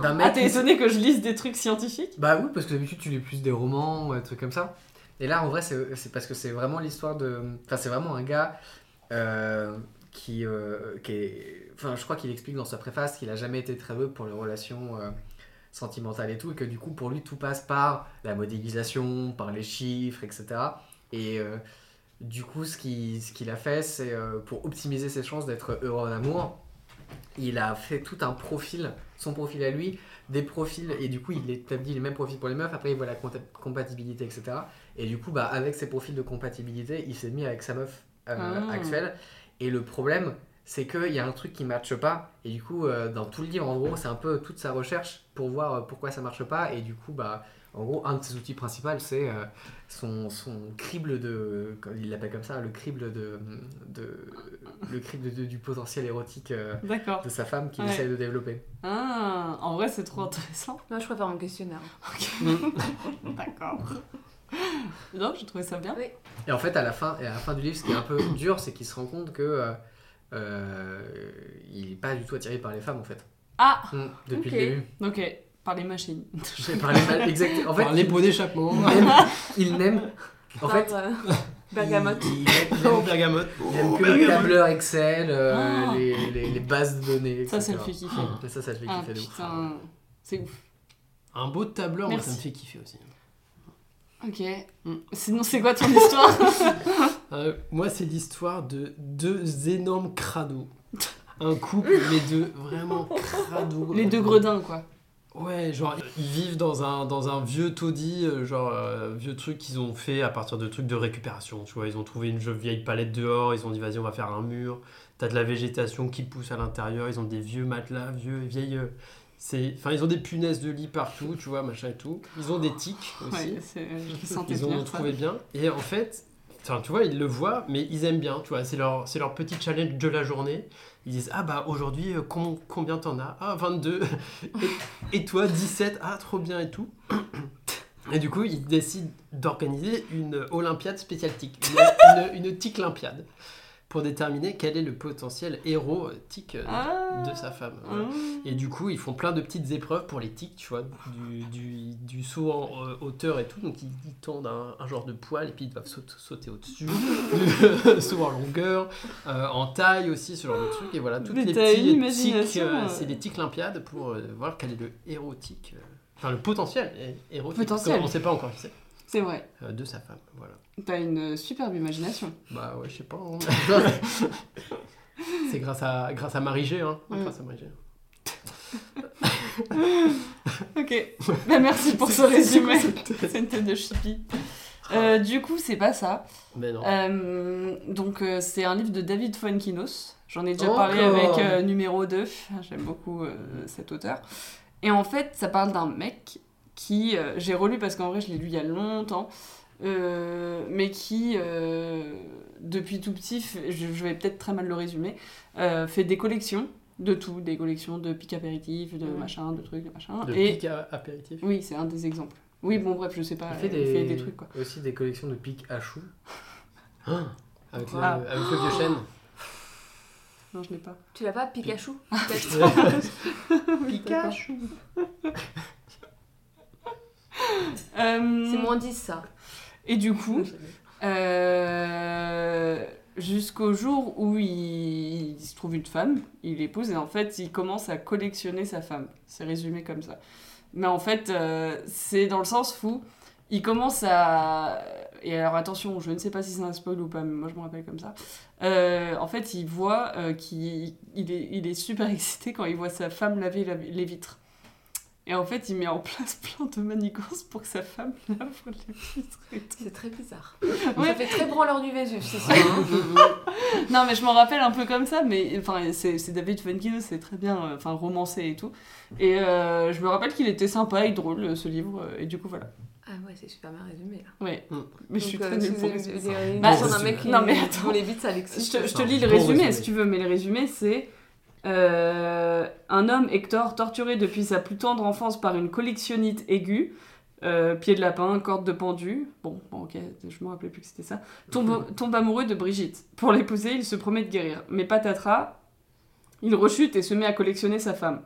d'un mec.
Ah, t'es
qui-
étonné que je lise des trucs scientifiques
Bah, oui, parce que d'habitude tu lis plus des romans ou des trucs comme ça. Et là, en vrai, c'est c'est parce que c'est vraiment l'histoire de. Enfin, c'est vraiment un gars euh, qui, euh, qui est. Enfin, je crois qu'il explique dans sa préface qu'il a jamais été très heureux pour les relations. euh, sentimentales et tout et que du coup pour lui tout passe par la modélisation par les chiffres etc et euh, du coup, ce qu'il ce qu'il a fait, c'est euh, pour optimiser ses chances d'être heureux en amour, il a fait tout un profil, son profil à lui, des profils, et du coup, il établit les mêmes profils pour les meufs, après, il voit la compa- compatibilité, etc. Et du coup, bah, avec ses profils de compatibilité, il s'est mis avec sa meuf euh,
Ah.
actuelle. Et le problème, c'est qu'il y a un truc qui matche pas, et du coup, euh, dans tout le livre, en gros, c'est un peu toute sa recherche pour voir euh, pourquoi ça marche pas, et du coup, bah. En gros, un de ses outils principaux, c'est euh, son, son crible de. comme Il l'appelle comme ça, le crible de. de le crible de- du potentiel érotique euh,
D'accord.
de sa femme qu'il
Ouais.
essaie de développer.
Ah, en vrai, c'est trop intéressant.
Moi, je préfère mon questionnaire.
D'accord. <laughs> Non, j'ai trouvé ça bien.
Et en fait, à la fin, et à la fin du livre, ce qui est un peu <coughs> dur, c'est qu'il se rend compte que. euh, euh, il est pas du tout attiré par les femmes en fait.
Ah
Mm, depuis
Ok.
le début.
Ok, par les machines.
Par les femmes, exact. En fait, <laughs>
Par les pots d'échappement.
il n'aime- il n'aime
Bah,
En fait,
euh, <laughs> Bergamote.
<laughs>
il, il aime, il
Oh,
aime-
bergamote.
il aime que le tableur Excel, euh,
Ah.
les, les- les bases de données.
Ça, ça le fait
etc.
kiffer.
Et ça, ça Oh, le fait
Ah
kiffer de ouf.
putain, c'est ouf.
Un beau tableur, moi, ça me
Merci.
fait kiffer aussi.
Ok. Mm. Sinon, c'est quoi ton <laughs> histoire
Euh, moi, c'est l'histoire de deux énormes crados. Un couple, mais deux vraiment crados.
Les deux gredins, quoi.
Ouais, genre, ils vivent dans un, dans un vieux taudis, euh, genre, euh, vieux truc qu'ils ont fait à partir de trucs de récupération. Tu vois, ils ont trouvé une je- vieille palette dehors, ils ont dit, vas-y, on va faire un mur. T'as de la végétation qui pousse à l'intérieur, ils ont des vieux matelas, vieux, vieilles. euh, c'est... Enfin, ils ont des punaises de lit partout, tu vois, machin et tout. Ils ont des tiques aussi.
Ouais, c'est- euh, je le sentais
Ils ont
bien.
trouvé bien. Et en fait, enfin, tu vois, ils le voient, mais ils aiment bien. Tu vois, c'est leur, c'est leur petit challenge de la journée. Ils disent Ah bah aujourd'hui, euh, com- combien t'en as Ah, 22. <laughs> et, et toi, 17. Ah, trop bien et tout. Et du coup, ils décident d'organiser une Olympiade spéciale tic, une, une, une tic-lympiade, pour déterminer quel est le potentiel héros tic euh,
Ah.
de sa femme. Voilà.
Hum.
Et du coup, ils font plein de petites épreuves pour les tics, tu vois, du, du, du saut en euh, hauteur et tout. Donc, ils, ils tendent un, un genre de poil et puis ils doivent saut- sauter au-dessus. <laughs> Le saut en longueur, euh, en taille aussi, ce genre de truc. Et voilà, toutes
Mais
les
t'as une
petites tics,
imagination,
euh,
euh.
c'est des tics limpiades pour euh, voir quel est le érotique. euh, Enfin, le potentiel é- érotique.
Potentiel.
parce qu'on sait pas encore qui c'est.
C'est vrai.
euh, de sa femme, voilà.
T'as une superbe imagination.
Bah ouais, je sais pas. hein.
<laughs>
c'est grâce à, grâce à Marie-G, hein.
Mm.
Grâce à Marie-G.
Ok. Bah, merci pour ce résumé. <laughs> C'est une tête de chippie. Euh, du coup, c'est pas ça.
Mais non.
Euh, donc, euh, c'est un livre de David Fuenkinos. J'en ai déjà
Encore.
parlé avec euh, numéro 2. J'aime beaucoup euh, cet auteur. Et en fait, ça parle d'un mec qui. euh, J'ai relu parce qu'en vrai, je l'ai lu il y a longtemps. euh, mais qui, euh, depuis tout petit, fait- je, je vais peut-être très mal le résumer, euh, fait des collections de tout, des collections de pic apéritifs, de
Mhm.
machin, de trucs, de machin.
De
et
pique à- apéritif.
oui, c'est un des exemples. Oui, bon, bref, je sais pas.
Il fait, des...
il fait des trucs quoi.
aussi des collections de pics à choux.
Avec,
Ah.
le, avec le vieux
<laughs>
chêne.
Non, je l'ai pas.
Tu l'as pas,
<laughs>
Pikachu
Pikachu.
Euh,
<laughs> C'est moins 10 ça.
Et du coup, euh, jusqu'au jour où il, il se trouve une femme, il épouse et en fait, il commence à collectionner sa femme. C'est résumé comme ça. Mais en fait, euh, c'est dans le sens où il commence à... Et alors attention, je ne sais pas si c'est un spoil ou pas, mais moi je me rappelle comme ça. Euh, en fait, il voit euh, qu'il il est, il est super <laughs> excité quand il voit sa femme laver la- les vitres. Et en fait, il met en place plein de manigances pour que sa femme <laughs> lave les vitres et tout.
C'est
<laughs>
très bizarre.
Ouais. Hein
Ça fait très branleur du Vésuve, c'est ça.
Non, mais je m'en rappelle un peu comme ça, mais enfin, c'est c'est David Fuenkin, c'est très bien, euh, enfin, romancé et tout. Et euh, je me rappelle qu'il était sympa et drôle, euh, ce livre, euh, et du coup, voilà.
Ah ouais, c'est super bien résumé là. euh,
Ouais.
Mm.
Mais je suis très nulle pour résumer.
Bah,
un mec qui
non, mais attends.
pour les vite, ça
Je
l'excite.
te, je te
un
lis le
bon
résumé,
résumé.
si tu veux, mais le résumé, c'est... euh, un homme, Hector, torturé depuis sa plus tendre enfance par une collectionnite aiguë, euh, pied de lapin, corde de pendu, bon, bon, ok, je me rappelais plus que c'était ça, tombe, tombe amoureux de Brigitte. Pour l'épouser, il se promet de guérir. Mais patatras, il rechute et se met à collectionner sa femme.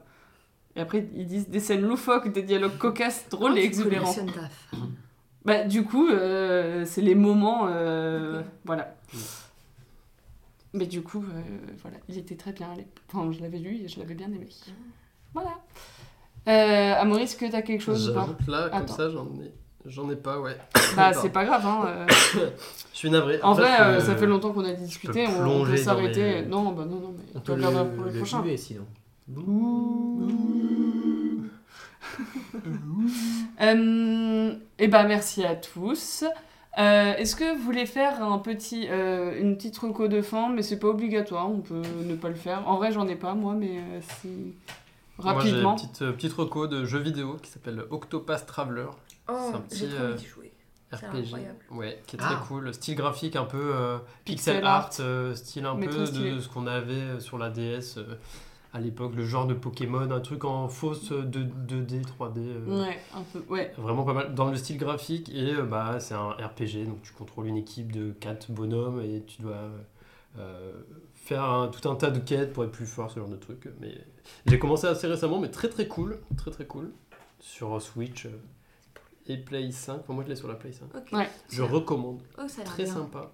Et après, ils disent des scènes loufoques, des dialogues cocasses, drôles et exubérants.
collectionne Oh, ta femme.
Bah, du coup, euh, c'est les moments. euh,
Ok.
Voilà.
Mm.
Mais du coup, euh, voilà, il était très bien. à l'époque. Enfin, je l'avais lu et je l'avais bien aimé. Voilà. Euh, Amaury, est-ce que t'as quelque chose ou pas
J'avoue que là, comme
Attends.
ça, j'en ai, j'en ai pas, ouais.
Bah, c'est pas grave. Hein. euh.
Je suis navré.
En
Après,
vrai,
je peux-
euh, ça fait longtemps qu'on a discuté.
peux
On, on peut
plonger dans
s'arrêter.
les-
Non, bah non, non, mais
On
on
peut
peut
le,
regarder pour le
le
prochain.
buver, sinon.
et ben merci à tous. Euh, Est-ce que vous voulez faire un petit, euh, une petite reco de fin Mais c'est pas obligatoire, on peut ne pas le faire. En vrai, j'en ai pas moi, mais euh, si
Moi, j'ai
rapidement.
une petite, euh, petite reco de jeu vidéo qui s'appelle Octopath Traveler
Oh,
C'est un petit,
j'ai trop
euh,
envie d'y jouer. C'est
RPG.
incroyable.
Ouais, qui est
Ah.
très cool. Style graphique un peu euh, pixel,
Pixel
art,
art.
euh, style un
Mais
peu
trop stylé.
de, ce qu'on avait sur la DS euh, à l'époque, le genre de Pokémon, un truc en fausse euh, 2, 2D, 3D. euh,
Ouais, un peu. Ouais.
Vraiment pas mal dans le style graphique et euh, bah, c'est un RPG donc tu contrôles une équipe de 4 bonhommes et tu dois euh, euh, faire un- tout un tas de quêtes pour être plus fort ce genre de truc mais j'ai commencé assez récemment mais très très cool très très cool sur euh, Switch euh, et Play 5. Enfin, moi, je l'ai sur la Play 5.
Ok.
Ouais.
Je recommande.
Oh, ça a l'air
Très
bien.
sympa.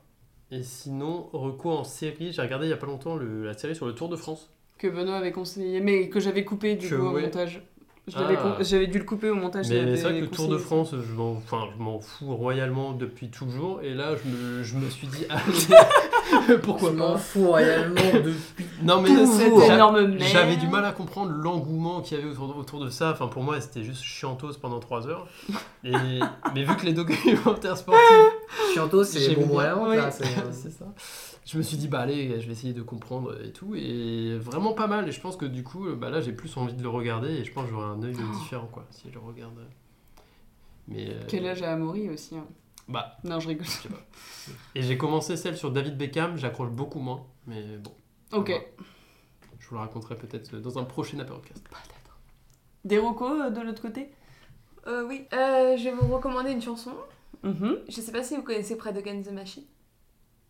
Et sinon, recours en série. J'ai regardé il y a pas longtemps le- la série sur le Tour de France.
que Benoît avait conseillé, mais que j'avais coupé du
Que
coup au
ouais.
montage. Je
Ah.
l'avais con- J'avais dû le couper au montage. Ah, je
Mais
l'avais
c'est vrai que le Tour de
conseillé.
France, je m'en enfin, je m'en fous royalement depuis toujours. Et là, je me, je me suis dit, allez, <laughs> pourquoi
Je
pas
m'en fous royalement depuis.
Non, mais
De cette
j'a-
énorme merde.
J'avais du mal à comprendre l'engouement qu'il y avait autour, autour de ça. Enfin, pour moi, c'était juste chiantose pendant 3 heures. Et, mais vu que les documentaires sportifs
Chianto, c'est
J'aime
bon
bien.
royalement.
Oui.
là,
<laughs>
c'est- euh,
c'est ça. Je me suis dit, bah allez, je vais essayer de comprendre et tout. Et vraiment pas mal. Et je pense que du coup, bah là, j'ai plus envie de le regarder. Et je pense que j'aurai un œil différent, quoi, si je le regarde. Mais. euh,
Quel âge a Amaury aussi hein.
Bah.
Non, je rigole.
Et j'ai commencé celle sur David Beckham. J'accroche beaucoup moins. Mais bon,
<laughs> Ok.
Ouais. je vous la raconterai peut-être dans un prochain podcast.
Des recos euh, de l'autre côté
Euh, oui, Euh, je vais vous recommander une chanson.
Mhm.
Je sais pas si vous connaissez Fred Against the Machine.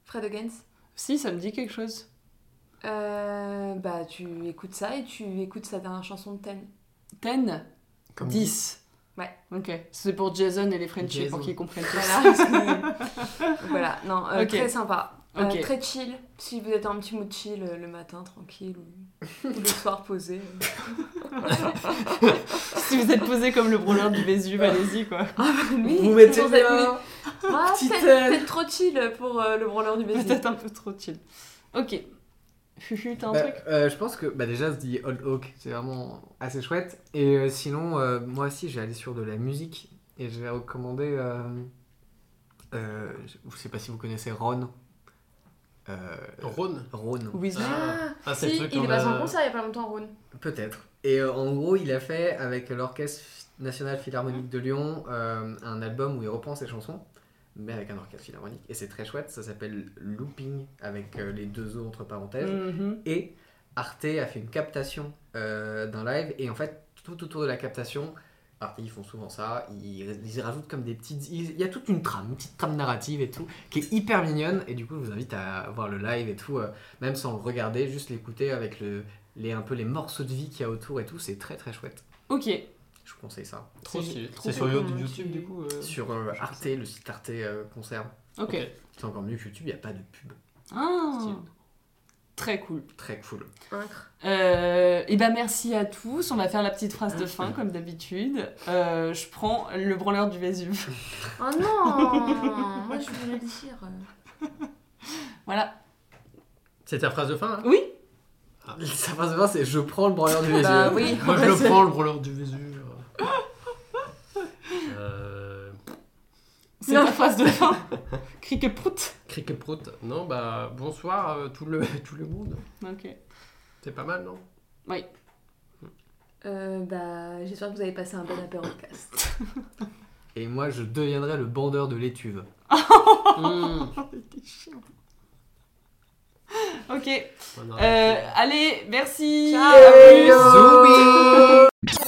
Fred Against.
Si, ça me dit quelque chose.
Euh, bah, tu écoutes ça et tu écoutes sa dernière chanson de Ten.
10
Comme
10.
Ouais.
Ok. C'est pour Jason et les Frenchies
Jason.
pour qu'ils comprennent tout
Voilà. <laughs> parce que- voilà, non, euh,
Ok.
très sympa. Euh,
Ok.
très chill. Si vous êtes en petit mood chill euh, le matin, tranquille, ou, ou le soir posé. euh.
<laughs> si vous êtes posé comme le brûleur du Vésuve, allez-y quoi.
Oui,
Vous mettez
toujours
bien.
admis. Ah,
Petite
peut-être
aile.
peut-être trop chill pour euh, le branleur du baiser.
Peut-être un peu trop chill. Ok. Fufu, t'as un
Bah,
truc
euh, je pense que bah déjà se dit Old Hawk, c'est vraiment assez chouette. Et euh, sinon, euh, moi aussi, j'ai allé sur de la musique et je vais recommander. euh, euh, je sais pas si vous connaissez Ron. Euh,
Ron.
Ron.
Weasley
Ah,
Ah, c'est le
si,
truc
il
qu'on
est passé
a-
en concert il y a pas longtemps, Rhône.
Peut-être. Et euh, en gros, il a fait avec l'Orchestre National Philharmonique de Lyon euh, un album où il reprend ses chansons, mais avec un orchestre philharmonique. Et c'est très chouette, ça s'appelle Looping, avec euh, les deux O entre parenthèses.
Mhm.
Et Arte a fait une captation euh, d'un live, et en fait, tout autour de la captation, Arte, ils font souvent ça, ils, ils rajoutent comme des petites... ils- Il y a toute une trame, une petite trame narrative et tout, qui est hyper mignonne, et du coup, je vous invite à voir le live et tout, euh, même sans le regarder, juste l'écouter avec le, les, un peu les morceaux de vie qu'il y a autour et tout, c'est très très chouette.
Ok.
Je vous conseille ça.
Trop
C'est-
stylé.
trop
C'est sur
bien,
YouTube,
tu-
du coup. euh,
Sur euh, Arte, le site Arte euh, concert.
Ok.
Ok.
C'est encore mieux que YouTube, il n'y a pas de pub.
Ah,
Stylé.
très cool.
Très cool. <laughs>
Vaincre.
et ben merci à tous. On va faire la petite phrase de fin comme d'habitude. Euh, je prends le branleur du Vésuve. <laughs>
Oh non <laughs> Moi je voulais le dire.
Voilà.
C'est ta phrase
<laughs>
de fin, hein. là
Oui.
Ça passe bien, c'est je prends le branleur du Vésieux.
<laughs> Bah oui,
Moi je le prends le brûleur du Vésuve. Euh.
C'est
Non.
ta phrase de fin. Cric prout.
Cric et prout. Non bah bonsoir euh, tout le <laughs> tout le monde.
Ok.
C'est pas mal non
Euh, bah, j'espère que vous avez passé un bon apéro de classe.
Et moi, je deviendrai le bandeur de l'étuve.
Mmh.
Oh, il était chiant. Ok.
On a-
Euh, allez, merci.
Ciao.
À plus.
Bisous.